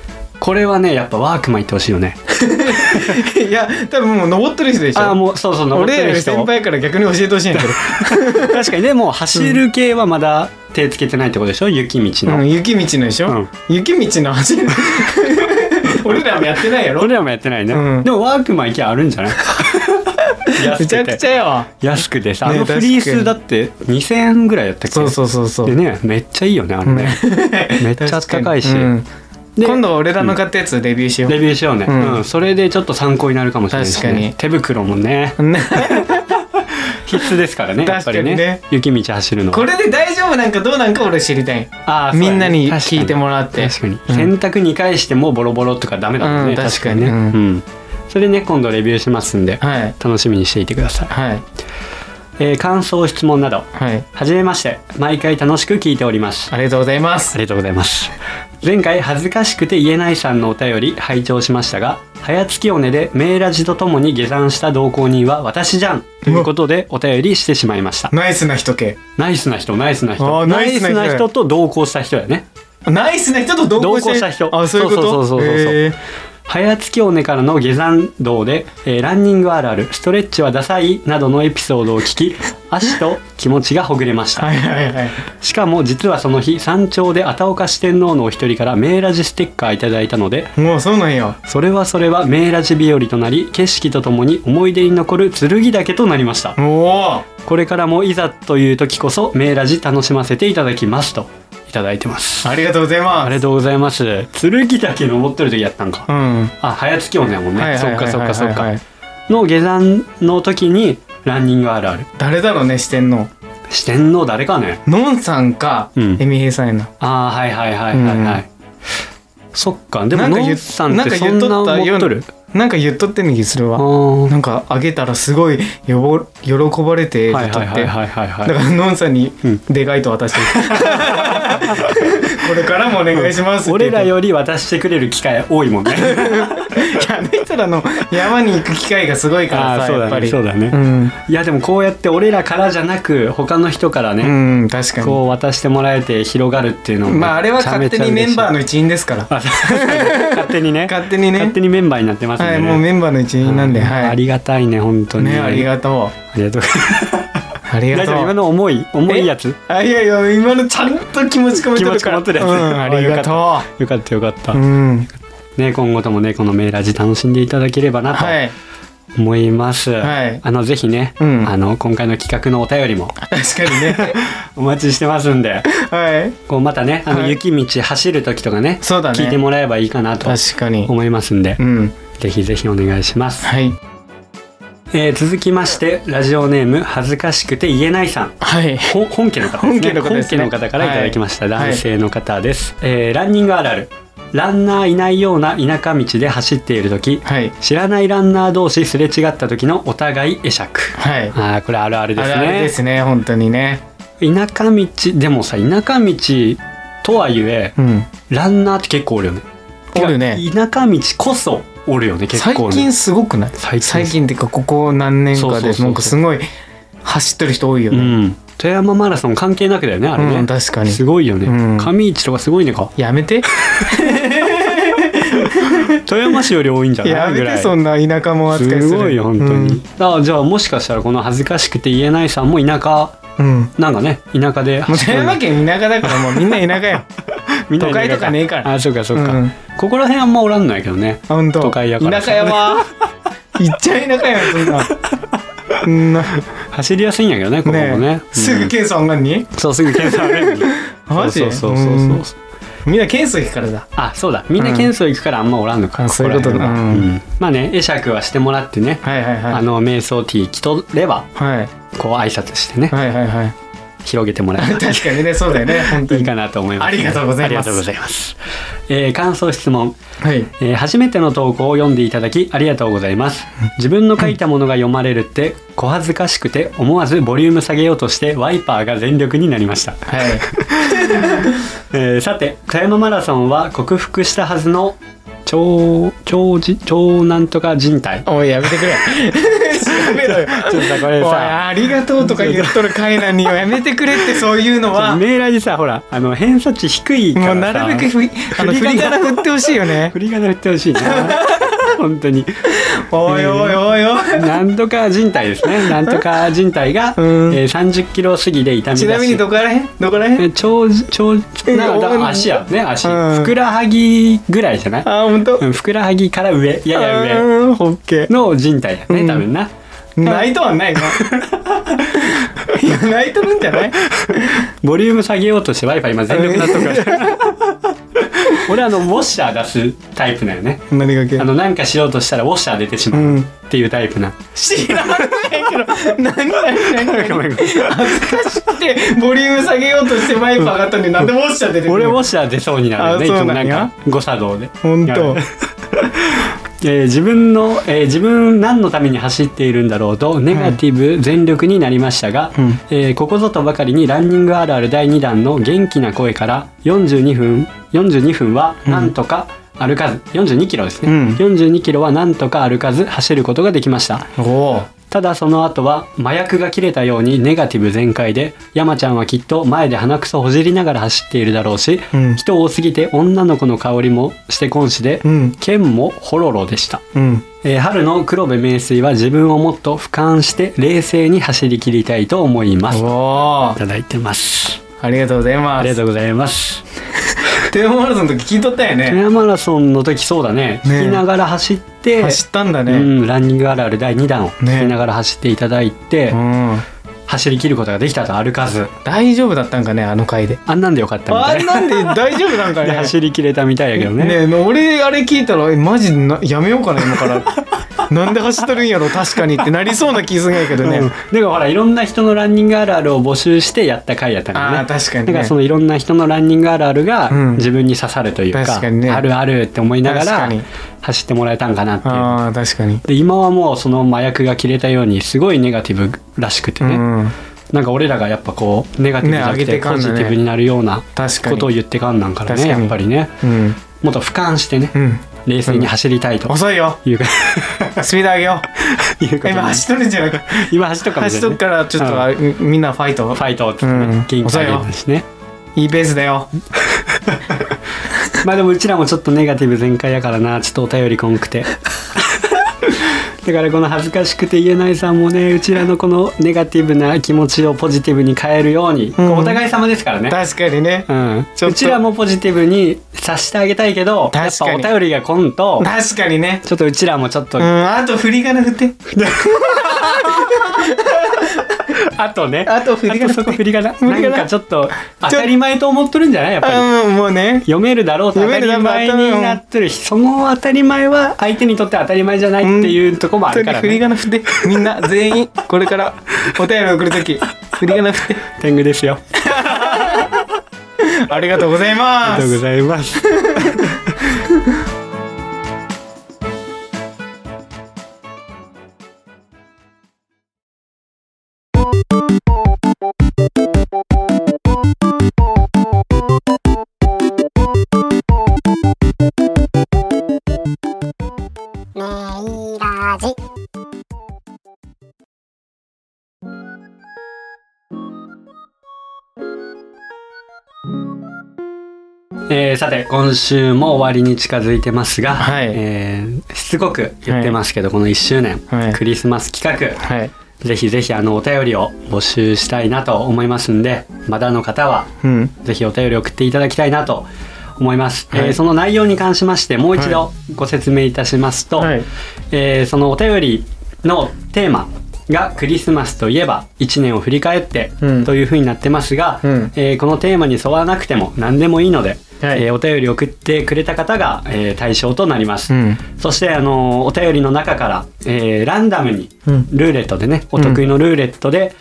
Speaker 2: これはねやっぱワークマン行ってほしいよね。
Speaker 1: い。いや、多分もう登ってる人でしょ。
Speaker 2: ああもうそうそう登っ
Speaker 1: 俺
Speaker 2: て
Speaker 1: らよ
Speaker 2: る
Speaker 1: り
Speaker 2: 人
Speaker 1: 先輩から逆に教えてほしいんだけ
Speaker 2: 確かにでも走る系はまだ手つけてないってことでしょ雪道
Speaker 1: ど、
Speaker 2: の。
Speaker 1: うん、雪道のでしょ、
Speaker 2: うん
Speaker 1: 雪道の走る 俺らもやってないやろ
Speaker 2: 俺らもやってないね、
Speaker 1: うん
Speaker 2: でもワークマン行きゃあるんじ ゃない安
Speaker 1: め
Speaker 2: く
Speaker 1: ちゃ
Speaker 2: て
Speaker 1: くちゃよ
Speaker 2: 安くてさ、
Speaker 1: ね
Speaker 2: あのフリースだって2000円ぐらいやったっけ
Speaker 1: そうそうそうそう、
Speaker 2: でねめっちゃいいよねあれね、 めっちゃあっ
Speaker 1: 確か
Speaker 2: た
Speaker 1: に
Speaker 2: かいし、
Speaker 1: うん
Speaker 2: で
Speaker 1: 今度は俺らの買ったやつレビューしよう、
Speaker 2: レビューしようね、う
Speaker 1: うんん
Speaker 2: それでちょっと参考になるかもしれないし、ね、
Speaker 1: 確かに
Speaker 2: 手袋もね 必須ですからねやっぱりね
Speaker 1: 確かにね
Speaker 2: 雪道走るの
Speaker 1: これで大丈夫なんかどうなんか俺知りたい
Speaker 2: あーそう
Speaker 1: み
Speaker 2: だね
Speaker 1: んなに
Speaker 2: 確か
Speaker 1: 聞いてもらって
Speaker 2: 確かに、洗濯2回してもボロボロとかダメだもんね、
Speaker 1: うん確かに
Speaker 2: ね、う
Speaker 1: うん
Speaker 2: それね今度レビューしますんで、
Speaker 1: はい
Speaker 2: 楽しみにしていてください、
Speaker 1: はい
Speaker 2: えー感想質問など
Speaker 1: はい
Speaker 2: はじめまして毎回楽しく聞いております
Speaker 1: ありがとうございま
Speaker 2: あ
Speaker 1: す
Speaker 2: りがとうございます。前回恥ずかしくて言えないさんのお便り拝聴しましたが、早月尾根でメーラジとともに下山した同行人は私じゃんということでお便りしてしまいました。
Speaker 1: ナイスな人系
Speaker 2: ナイスな人、ナイスな
Speaker 1: あ
Speaker 2: 人。
Speaker 1: ー
Speaker 2: ナ
Speaker 1: ナ
Speaker 2: イ
Speaker 1: イス
Speaker 2: ス
Speaker 1: な人
Speaker 2: な人と同行した人だよね。
Speaker 1: ナイスな人と同行して
Speaker 2: 同行した人
Speaker 1: あそういうこと
Speaker 2: そうそうそうそうそう
Speaker 1: へー
Speaker 2: 早月尾根からの下山道で、えーランニングあるある、ストレッチはダサいなどのエピソードを 聞き、足と気持ちがほぐれました。
Speaker 1: はいはいはい
Speaker 2: しかも実はその日、山頂で片岡四天王のお一人からメーラジステッカーいただいたので、
Speaker 1: もうそうなんよ
Speaker 2: それはそれは名ラジ日和となり景色とともに思い出に残る剣岳となりました
Speaker 1: おお
Speaker 2: これからもいざという時こそ名ラジ楽しませていただきますといただいてます
Speaker 1: ありがとうございます
Speaker 2: ありがとうございます剣岳登ってる時やったんか
Speaker 1: うん
Speaker 2: あ早月音やもんね、
Speaker 1: はいはいはいはい
Speaker 2: そっかそっか
Speaker 1: はいはい
Speaker 2: そっかの下山の時にランニングあるある
Speaker 1: 誰だろうね四天王
Speaker 2: 四天王誰かね
Speaker 1: のんさんか、
Speaker 2: う
Speaker 1: え
Speaker 2: ん
Speaker 1: みエミヘイさんやな
Speaker 2: ああはいはいはいはいはい、そっかでも
Speaker 1: なんか
Speaker 2: ノ
Speaker 1: 言っ
Speaker 2: ンさんってそん
Speaker 1: なんか言っ
Speaker 2: な思っと
Speaker 1: とったような
Speaker 2: る
Speaker 1: なんか言っとってん気する
Speaker 2: あ
Speaker 1: わ
Speaker 2: ー
Speaker 1: なんかあげたらすごいよぼ喜ばれて
Speaker 2: はい
Speaker 1: と
Speaker 2: は
Speaker 1: っ
Speaker 2: いは
Speaker 1: て
Speaker 2: い
Speaker 1: だ
Speaker 2: はいはいはい
Speaker 1: からのんさんに
Speaker 2: うん
Speaker 1: 「でかい」と 渡して「これからもお願いします」って
Speaker 2: 俺
Speaker 1: 言っ
Speaker 2: ら
Speaker 1: て
Speaker 2: より渡してくれる機会多いも んね
Speaker 1: いやあの人らの山に行く機会がすごいからさやっぱり
Speaker 2: そうだね
Speaker 1: うん
Speaker 2: いやでもこうやって俺らからじゃなく他の人からね、
Speaker 1: うん確かに
Speaker 2: こう渡してもらえて広がるっていうのも
Speaker 1: まああれは勝手にメンバー
Speaker 2: の
Speaker 1: の一員ですから
Speaker 2: 勝手にね
Speaker 1: 勝手にね
Speaker 2: 勝手にメンバーになってますんで
Speaker 1: は
Speaker 2: ね、
Speaker 1: いもうメンバーの一員なんで
Speaker 2: うん
Speaker 1: は
Speaker 2: あ
Speaker 1: い
Speaker 2: りがたいね本当に
Speaker 1: ねありがとう
Speaker 2: ありがとう
Speaker 1: ありが
Speaker 2: 大
Speaker 1: と
Speaker 2: 丈夫今
Speaker 1: う
Speaker 2: の重い重いやつ
Speaker 1: あいやいや今のちゃんと気持ち込めてるから
Speaker 2: 気持ち込めてるやつ
Speaker 1: うんありがと
Speaker 2: よかったよかった、
Speaker 1: ううん
Speaker 2: ね今後ともねこのメーラジ楽しんでいただければなと
Speaker 1: はい
Speaker 2: 思います、
Speaker 1: はい
Speaker 2: あのぜひね、
Speaker 1: うん
Speaker 2: あの今回の企画のお便りも
Speaker 1: 確かにね
Speaker 2: お待ちしてますん で
Speaker 1: はい
Speaker 2: こうまたねあの
Speaker 1: はい
Speaker 2: 雪道走る時とかね、
Speaker 1: そうだね
Speaker 2: 聞いてもらえばいいかなと
Speaker 1: 確かに
Speaker 2: 思いますんで、
Speaker 1: うん
Speaker 2: ぜひぜひお願いします、
Speaker 1: はい
Speaker 2: えー続きましてラジオネーム恥ずかしくて言えないさん
Speaker 1: はい
Speaker 2: ほ本家の方ですね
Speaker 1: 本家の方ですね
Speaker 2: 本家の方からいただきました、
Speaker 1: はい
Speaker 2: 男性の方です、えーランニングあるあるランナーいないような田舎道で走っている時
Speaker 1: はい
Speaker 2: 知らないランナー同士すれ違った時のお互い会釈
Speaker 1: はい
Speaker 2: あーこれあるあるで
Speaker 1: あ
Speaker 2: すね
Speaker 1: れあれですね本当にね
Speaker 2: 田舎道でもさ田舎道とはいえ
Speaker 1: うん
Speaker 2: ランナーって結構おるよね
Speaker 1: おるね
Speaker 2: てか田舎道こそおるよね結
Speaker 1: 最
Speaker 2: 構ね
Speaker 1: 近すごくない
Speaker 2: 最近
Speaker 1: 最近っていうかここ何年
Speaker 2: そう
Speaker 1: か
Speaker 2: そうそう
Speaker 1: で
Speaker 2: そう
Speaker 1: なんかすごい走ってる人多いよ
Speaker 2: う
Speaker 1: ね
Speaker 2: ん富山マラソン関係なくだよねあれね、
Speaker 1: うん確かに
Speaker 2: すごいよね、
Speaker 1: うん
Speaker 2: 上市とかすごいねか
Speaker 1: やめて
Speaker 2: 富山市より多いんじゃな
Speaker 1: や
Speaker 2: い
Speaker 1: め
Speaker 2: ぐら
Speaker 1: て
Speaker 2: い
Speaker 1: そんな田舎も扱いする
Speaker 2: すごいよ本当に、
Speaker 1: うん
Speaker 2: あじゃあもしかしたらこの恥ずかしくて言えないさんも田舎
Speaker 1: うん
Speaker 2: なんかね田舎で
Speaker 1: もう
Speaker 2: 走
Speaker 1: 富
Speaker 2: る
Speaker 1: 山県田舎だからもうみんな田舎よ
Speaker 2: みんな
Speaker 1: 都
Speaker 2: 田舎
Speaker 1: 会とかねえから
Speaker 2: あそうかそうか、
Speaker 1: うん
Speaker 2: ここら辺あんまおらんないけどね
Speaker 1: あ本当
Speaker 2: 都会やから
Speaker 1: 田舎 山行っちゃい田舎山そんなそんな
Speaker 2: 走りやすいんやけどねここもね
Speaker 1: ね
Speaker 2: うん
Speaker 1: すぐ検査あんがんに
Speaker 2: そうすぐ検査あるのに
Speaker 1: マジ
Speaker 2: そうそうそうそうそう
Speaker 1: みんな検査行くからだ
Speaker 2: あそうだみんな検査行くからあんまおらんのか、
Speaker 1: うんあそういうことだ
Speaker 2: こら辺
Speaker 1: う
Speaker 2: は
Speaker 1: ん
Speaker 2: うんまあね会釈はしてもらってね、
Speaker 1: はいはいは
Speaker 2: あ
Speaker 1: い
Speaker 2: の瞑想ティー着とれば
Speaker 1: はい
Speaker 2: こう挨拶してね
Speaker 1: はいはいはい
Speaker 2: 広げてもらえば
Speaker 1: 確かにねそうだよ ね本当に
Speaker 2: いいかなと思います、
Speaker 1: ありがとうございます
Speaker 2: ありがとうございますえー感想質問
Speaker 1: はい
Speaker 2: えー初めての投稿を読んでいただきありがとうござ います自分の書いたものが読まれるって小恥ずかしくて思わずボリューム下げようとしてワイパーが全力になりました、
Speaker 1: はい
Speaker 2: えーさて富山マラソンは克服したはずの超超じ超なんとか人体
Speaker 1: おいやめてく れ調べろよ
Speaker 2: ちょっと さこ
Speaker 1: お
Speaker 2: れ
Speaker 1: い
Speaker 2: さ
Speaker 1: ありがとうとか言っとる会なによやめてくれってそういうの はも
Speaker 2: メーラーでさほらあの偏差値低いから
Speaker 1: う
Speaker 2: さ
Speaker 1: なるべくふりあの
Speaker 2: 振
Speaker 1: 振
Speaker 2: り
Speaker 1: り
Speaker 2: が
Speaker 1: から振ってほしいよ ね
Speaker 2: 振りがなってほしいな本当に
Speaker 1: おいおいおいおい
Speaker 2: なんとか人体ですねなんとか人体が、
Speaker 1: うん
Speaker 2: えー、30キロ過ぎで痛み出し
Speaker 1: ちなみにどこらへんどこらへん
Speaker 2: え超超なん
Speaker 1: うん
Speaker 2: か足やね足、
Speaker 1: うん
Speaker 2: ふくらはぎぐらいじゃない、
Speaker 1: あ本当
Speaker 2: うんふくらはぎから上やや上
Speaker 1: あーオッケー
Speaker 2: の人体やね、
Speaker 1: うん
Speaker 2: 多分な
Speaker 1: 泣いとは ないのいや泣いとるんじゃない
Speaker 2: ボリューム下げようとして w i f i 今全力になっとるから 俺あのウォッシャー出すタイプなよね
Speaker 1: 何がけ
Speaker 2: あのなんかしようとしたらウォッシャー出てしまううんっていうタイプな、
Speaker 1: 知らないけど何何何何
Speaker 2: ごめんごめん
Speaker 1: 恥ずかしくてボリューム下げようとしてワイパー上がったのになんでウォッシャー出てくる
Speaker 2: 俺ウォッシャー出そうになるよねい
Speaker 1: あそ
Speaker 2: つ
Speaker 1: う
Speaker 2: も
Speaker 1: な
Speaker 2: なんん
Speaker 1: や
Speaker 2: か誤作動で
Speaker 1: 本当
Speaker 2: えー自分の、えー自分何のために走っているんだろうとネガティブ全力になりましたが、
Speaker 1: うん
Speaker 2: えーここぞとばかりにランニングあるある第2弾の元気な声から42分42分はなんとか歩かず、42キロですね、
Speaker 1: うん
Speaker 2: 42キロはなんとか歩かず走ることができました
Speaker 1: お
Speaker 2: ただその後は麻薬が切れたようにネガティブ全開で山ちゃんはきっと前で鼻くそほじりながら走っているだろうし、
Speaker 1: うん
Speaker 2: 人多すぎて女の子の香りもしてこんしで、
Speaker 1: うん
Speaker 2: 剣もホロロでした
Speaker 1: うん
Speaker 2: えー春の黒部名水は自分をもっと俯瞰して冷静に走り切りたいと思います。い
Speaker 1: おー
Speaker 2: ただいてます。
Speaker 1: ありがとうござい
Speaker 2: あ
Speaker 1: ま
Speaker 2: りが
Speaker 1: す
Speaker 2: とうございます。
Speaker 1: テーママラソンの時聞いとったよ
Speaker 2: 富
Speaker 1: ね
Speaker 2: 山マラソンの時そうだね。
Speaker 1: ねえ
Speaker 2: 聞きながら走って、
Speaker 1: 走ったんだ
Speaker 2: う
Speaker 1: ね
Speaker 2: ん、ランニングあるある第2弾を
Speaker 1: ねえ
Speaker 2: 聞きながら走っていただいて、
Speaker 1: うん
Speaker 2: 走り切ることができたと歩かず、
Speaker 1: 大丈夫だったんかねあの回で
Speaker 2: あんなんでよかったみ
Speaker 1: あ
Speaker 2: たい
Speaker 1: ん
Speaker 2: な。
Speaker 1: なんで大丈夫なんか
Speaker 2: で
Speaker 1: ね
Speaker 2: 走り切れたみたいやけどね。
Speaker 1: ね俺あれ聞いたらえマジなやめようかな今から なんで走っとるんやろ確かにってなりそうな気すんやけどね、
Speaker 2: うん、だからほらいろんな人のランニングあるあるを募集してやった回やったんだ
Speaker 1: あ
Speaker 2: ね
Speaker 1: あ確かに
Speaker 2: だから
Speaker 1: ね
Speaker 2: そのいろんな人のランニングあるあるが
Speaker 1: うん
Speaker 2: 自分に刺さるというか,、
Speaker 1: 確かにね
Speaker 2: あるあるって思いなが
Speaker 1: 確からに
Speaker 2: 走ってもらえたんかなっていう。
Speaker 1: ああ確かに、
Speaker 2: で今はもうその麻薬が切れたようにすごいネガティブらしくて
Speaker 1: う
Speaker 2: ね、
Speaker 1: ん
Speaker 2: なんか俺らがやっぱこうネガティブじゃなく
Speaker 1: ね上げて
Speaker 2: て
Speaker 1: かん
Speaker 2: ポ
Speaker 1: だね
Speaker 2: ジティブになるような
Speaker 1: 確かに
Speaker 2: ことを言ってかんなんからね
Speaker 1: 確かに
Speaker 2: やっぱりね
Speaker 1: うん
Speaker 2: もっと俯瞰してね、
Speaker 1: うん
Speaker 2: 冷静に走りたいと
Speaker 1: 遅い よ
Speaker 2: いうか、
Speaker 1: スピード上げよ
Speaker 2: いうこ
Speaker 1: う
Speaker 2: とね
Speaker 1: 今走っとるんじゃないか
Speaker 2: 今走っとくかもし
Speaker 1: 走っと
Speaker 2: れな
Speaker 1: く
Speaker 2: い
Speaker 1: からちょっと、あみんなファイト
Speaker 2: ファイトって言ってね、
Speaker 1: うん
Speaker 2: 元気あげるしね
Speaker 1: いいペースだよ
Speaker 2: まあでもうちらもちょっとネガティブ全開やからなちょっとお便りこんくて だからこの恥ずかしくて言えないさんもねうちらのこのネガティブな気持ちをポジティブに変えるように、こう
Speaker 1: うん
Speaker 2: お互い様ですからね、
Speaker 1: 確かにね
Speaker 2: うん、
Speaker 1: ちょっと
Speaker 2: うちらもポジティブにさしてあげたいけどやっ
Speaker 1: 確
Speaker 2: ぱ
Speaker 1: か
Speaker 2: お
Speaker 1: に
Speaker 2: 便りが来んと
Speaker 1: 確かにね
Speaker 2: ちょっとうちらもちょっと、
Speaker 1: うんあと振りがなくて
Speaker 2: あとね
Speaker 1: あと振りが
Speaker 2: あ
Speaker 1: なくて
Speaker 2: とそこ振りがな
Speaker 1: 振りがな
Speaker 2: な
Speaker 1: ん
Speaker 2: かちょっと当たり前と思っとるんじゃないやっぱり
Speaker 1: うんもうね
Speaker 2: 読めるだろうと当た
Speaker 1: 読める
Speaker 2: り
Speaker 1: だろう
Speaker 2: 前になってるその当たり前は相手にとって当たり前じゃないっていうところもあ
Speaker 1: 本当
Speaker 2: る
Speaker 1: に
Speaker 2: から
Speaker 1: 振り
Speaker 2: ね
Speaker 1: がなくてみんな全員これからお便り送るとき振りがなくて
Speaker 2: 天狗ですよ
Speaker 1: ありがとうございま
Speaker 2: ありがとうご
Speaker 1: す
Speaker 2: ざ います
Speaker 3: メイラジ。
Speaker 2: えーさて今週も終わりに近づいてますが、
Speaker 1: はい
Speaker 2: えーしつこく言ってますけど、この1周年、
Speaker 1: はい
Speaker 2: クリスマス企画
Speaker 1: はい
Speaker 2: ぜひぜひあのお便りを募集したいなと思いますんでまだの方は
Speaker 1: うん
Speaker 2: ぜひお便り送っていただきたいなと思います、
Speaker 1: はい
Speaker 2: えーその内容に関しましてもう一度ご説明いたしますと、
Speaker 1: はい
Speaker 2: えーそのお便りのテーマがクリスマスといえば1年を振り返って
Speaker 1: うん
Speaker 2: というふうになってますが、
Speaker 1: うん
Speaker 2: えーこのテーマに沿わなくても何でもいいので、
Speaker 1: はい
Speaker 2: えーお便りを送ってくれた方が、えー対象となります、
Speaker 1: うん
Speaker 2: そして、あのお便りの中から、えーランダムに
Speaker 1: うん
Speaker 2: ルーレットでね、お得意のルーレットで、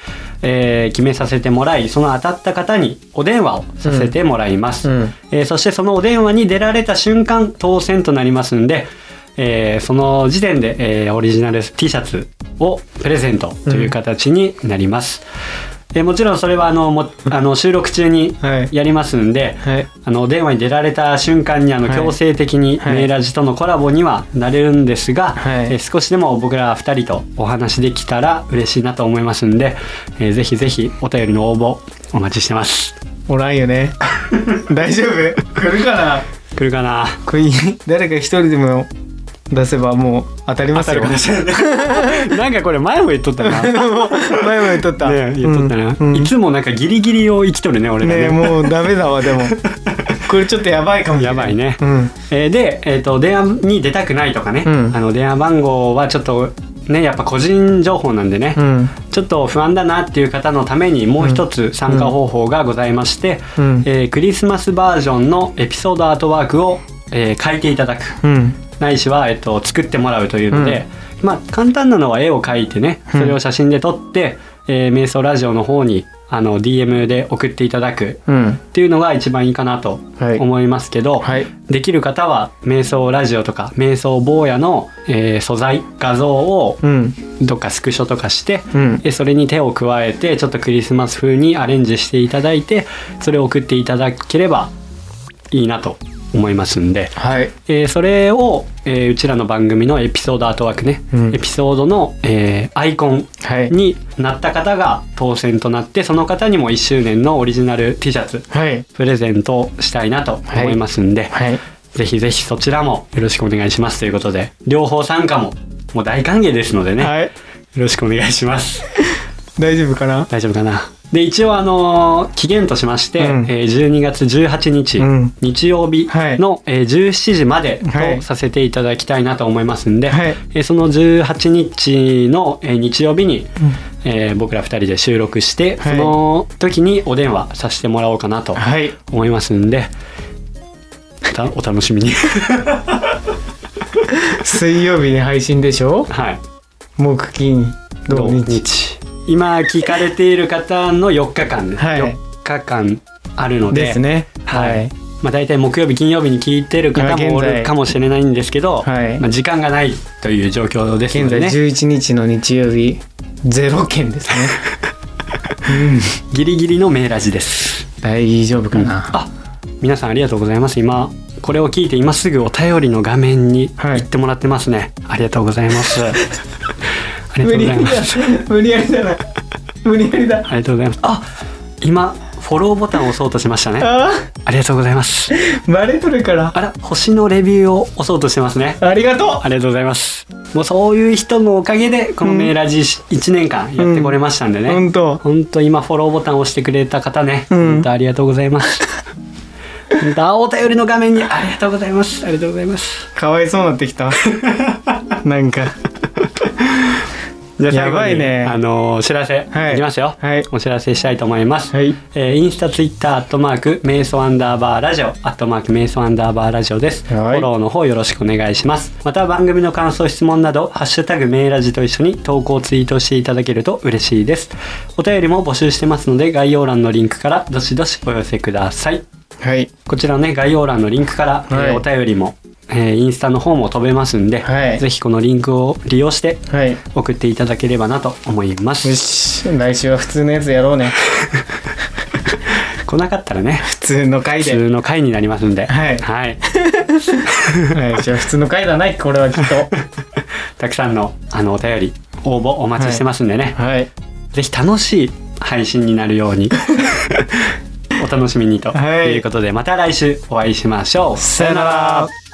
Speaker 2: えー決めさせてもらいその当たった方にお電話をさせてもらいます、
Speaker 1: うんうん
Speaker 2: えーそしてそのお電話に出られた瞬間当選となりますんで、えーその時点で、えーオリジナル T シャツをプレゼントという形になります、えーもちろんそれはあのもあの収録中に
Speaker 1: はい
Speaker 2: やりますんで、
Speaker 1: はい
Speaker 2: あのお電話に出られた瞬間にあの
Speaker 1: はい
Speaker 2: 強制的に
Speaker 1: はい
Speaker 2: メイラジとのコラボにはなれるんですが、
Speaker 1: はい
Speaker 2: えー少しでも僕ら2人とお話できたら嬉しいなと思いますんで、えーぜひぜひお便りの応募お待ちしてます
Speaker 1: おらんよね大丈夫来るかな
Speaker 2: 来るかな
Speaker 1: これ誰か一人でも出せばもう当たりますよ
Speaker 2: なんかこれ前も言っとった なね
Speaker 1: もう前も言っとった、
Speaker 2: え言っとったな、
Speaker 1: うんうん
Speaker 2: いつもなんかギリギリを生きとるね俺ら
Speaker 1: ねえ
Speaker 2: ね
Speaker 1: もうダメだわでもこれちょっとやばいかもしれ
Speaker 2: や
Speaker 1: な
Speaker 2: ば
Speaker 1: い
Speaker 2: いね、
Speaker 1: うん
Speaker 2: えーで、えー、と電話に出たくないとかね、
Speaker 1: うん
Speaker 2: あの電話番号はちょっとねやっぱ個人情報なんでね、
Speaker 1: うん
Speaker 2: ちょっと不安だなっていう方のためにもう一つ参加方法がございまして、
Speaker 1: うん
Speaker 2: えークリスマスバージョンのエピソードアートワークを、えー書いていただく
Speaker 1: うん
Speaker 2: ないしは、えっと、作ってもらうというので、まあ簡単なのは絵を描いてねそれを写真で撮って、えー瞑想ラジオの方にあの DM で送っていただく
Speaker 1: うん
Speaker 2: っていうのが一番いいかなと
Speaker 1: はい
Speaker 2: 思いますけど、
Speaker 1: はい
Speaker 2: できる方は瞑想ラジオとか瞑想坊やの、えー素材画像を
Speaker 1: うん
Speaker 2: どっかスクショとかして、
Speaker 1: うん
Speaker 2: えそれに手を加えてちょっとクリスマス風にアレンジしていただいてそれを送っていただければいいなと思いますんで、
Speaker 1: はい
Speaker 2: えーそれを、えーうちらの番組のエピソードアートワークね、
Speaker 1: うん
Speaker 2: エピソードの、えーアイコン
Speaker 1: はい
Speaker 2: になった方が当選となってその方にも1周年のオリジナル T シャツ
Speaker 1: はい
Speaker 2: プレゼントしたいなと思いますんで、
Speaker 1: はい
Speaker 2: ぜひぜひそちらもよろしくお願いしますということで両方参加ももう大歓迎ですのでね、
Speaker 1: はい
Speaker 2: よろしくお願いします。
Speaker 1: 大丈夫かな
Speaker 2: 大丈夫かなで一応あのー期限としまして、
Speaker 1: うん
Speaker 2: えー12月18日、
Speaker 1: うん
Speaker 2: 日曜日
Speaker 1: はい
Speaker 2: の、えー17時まで
Speaker 1: はい
Speaker 2: とさせていただきたいなと思いますんで、
Speaker 1: はい
Speaker 2: えーその18日の、えー日曜日に、えー僕ら2人で収録して、
Speaker 1: はい
Speaker 2: その時にお電話させてもらおうかなと
Speaker 1: はい
Speaker 2: 思いますんで、たお楽しみ に
Speaker 1: 水曜日に配信でしょ
Speaker 2: はい
Speaker 1: 木金土日
Speaker 2: 今聞かれている方の4日間ね、
Speaker 1: はい
Speaker 2: 4日間あるので
Speaker 1: ですね
Speaker 2: はいまあ、大体木曜日金曜日に聞いてる方
Speaker 1: 今
Speaker 2: もお
Speaker 1: 現在
Speaker 2: るかもしれないんですけど、
Speaker 1: はい
Speaker 2: まあ、時間がないという状況です
Speaker 1: 現
Speaker 2: ので
Speaker 1: 在
Speaker 2: ね
Speaker 1: 11日の日曜日ゼロ件ですね
Speaker 2: ギリギリのメーラジです
Speaker 1: 大丈夫かな
Speaker 2: あ皆さんありがとうございます今これを聞いて今すぐお便りの画面に
Speaker 1: はい
Speaker 2: 行ってもらってますね、ありがとうございます ありがと
Speaker 1: 無理
Speaker 2: うご
Speaker 1: や
Speaker 2: ざい
Speaker 1: り
Speaker 2: ま
Speaker 1: だ
Speaker 2: す
Speaker 1: 無理やりだな無理やりだ
Speaker 2: ありがとうございますあ今フォローボタンを押そうとしましたね
Speaker 1: あ
Speaker 2: ありがとうございます
Speaker 1: ーバレとるから
Speaker 2: あら星のレビューを押そうとしてますね
Speaker 1: ありがと
Speaker 2: ありがとうございます。もうそういう人のおかげで、このメーラジ1年間やってこれましたんで
Speaker 1: う
Speaker 2: ね。
Speaker 1: 本当
Speaker 2: ほんと今フォローボタンを押してくれた方ね。
Speaker 1: うん
Speaker 2: ほんとありがとうございます。 ほんとあお便りの画面にありがとうございます。ありがとうございます。
Speaker 1: かわいそうになってき たなんか
Speaker 2: じ
Speaker 1: ゃあ最後にやばいね
Speaker 2: あのーお知らせ、
Speaker 1: はい
Speaker 2: い、きますよ、
Speaker 1: はい
Speaker 2: お知らせしたいと思います。
Speaker 1: はい
Speaker 2: えーインスタ、ツイッター、アットマーク、瞑想アンダーバーラジオ、アットマーク、瞑想アンダーバーラジオです。
Speaker 1: はい
Speaker 2: フォローの方よろしくお願いします。また番組の感想、質問など、ハッシュタグ、メーラジと一緒に投稿、ツイートしていただけると嬉しいです。お便りも募集してますので、概要欄のリンクからどしどしお寄せください。
Speaker 1: はい
Speaker 2: こちらのね、概要欄のリンクから、
Speaker 1: はい
Speaker 2: えーお便りも、えーインスタの方も飛べますんで、
Speaker 1: はい
Speaker 2: ぜひこのリンクを利用して
Speaker 1: はいよ
Speaker 2: 送っていただければなと思います。
Speaker 1: し来週は普通のやつやろうね
Speaker 2: 来なかったらね、
Speaker 1: 普通の回
Speaker 2: 普
Speaker 1: で
Speaker 2: 通の回になりますんで、
Speaker 1: はい
Speaker 2: はい
Speaker 1: はいじゃあ普通の回だなこれはきっ と
Speaker 2: たくさんのあのお便り応募お待ちしてますんでね、
Speaker 1: はい
Speaker 2: ぜひ楽しい配信になるよ うにお楽しみにと、
Speaker 1: はい
Speaker 2: いうことでまた来週お会いしましょう
Speaker 1: さよなら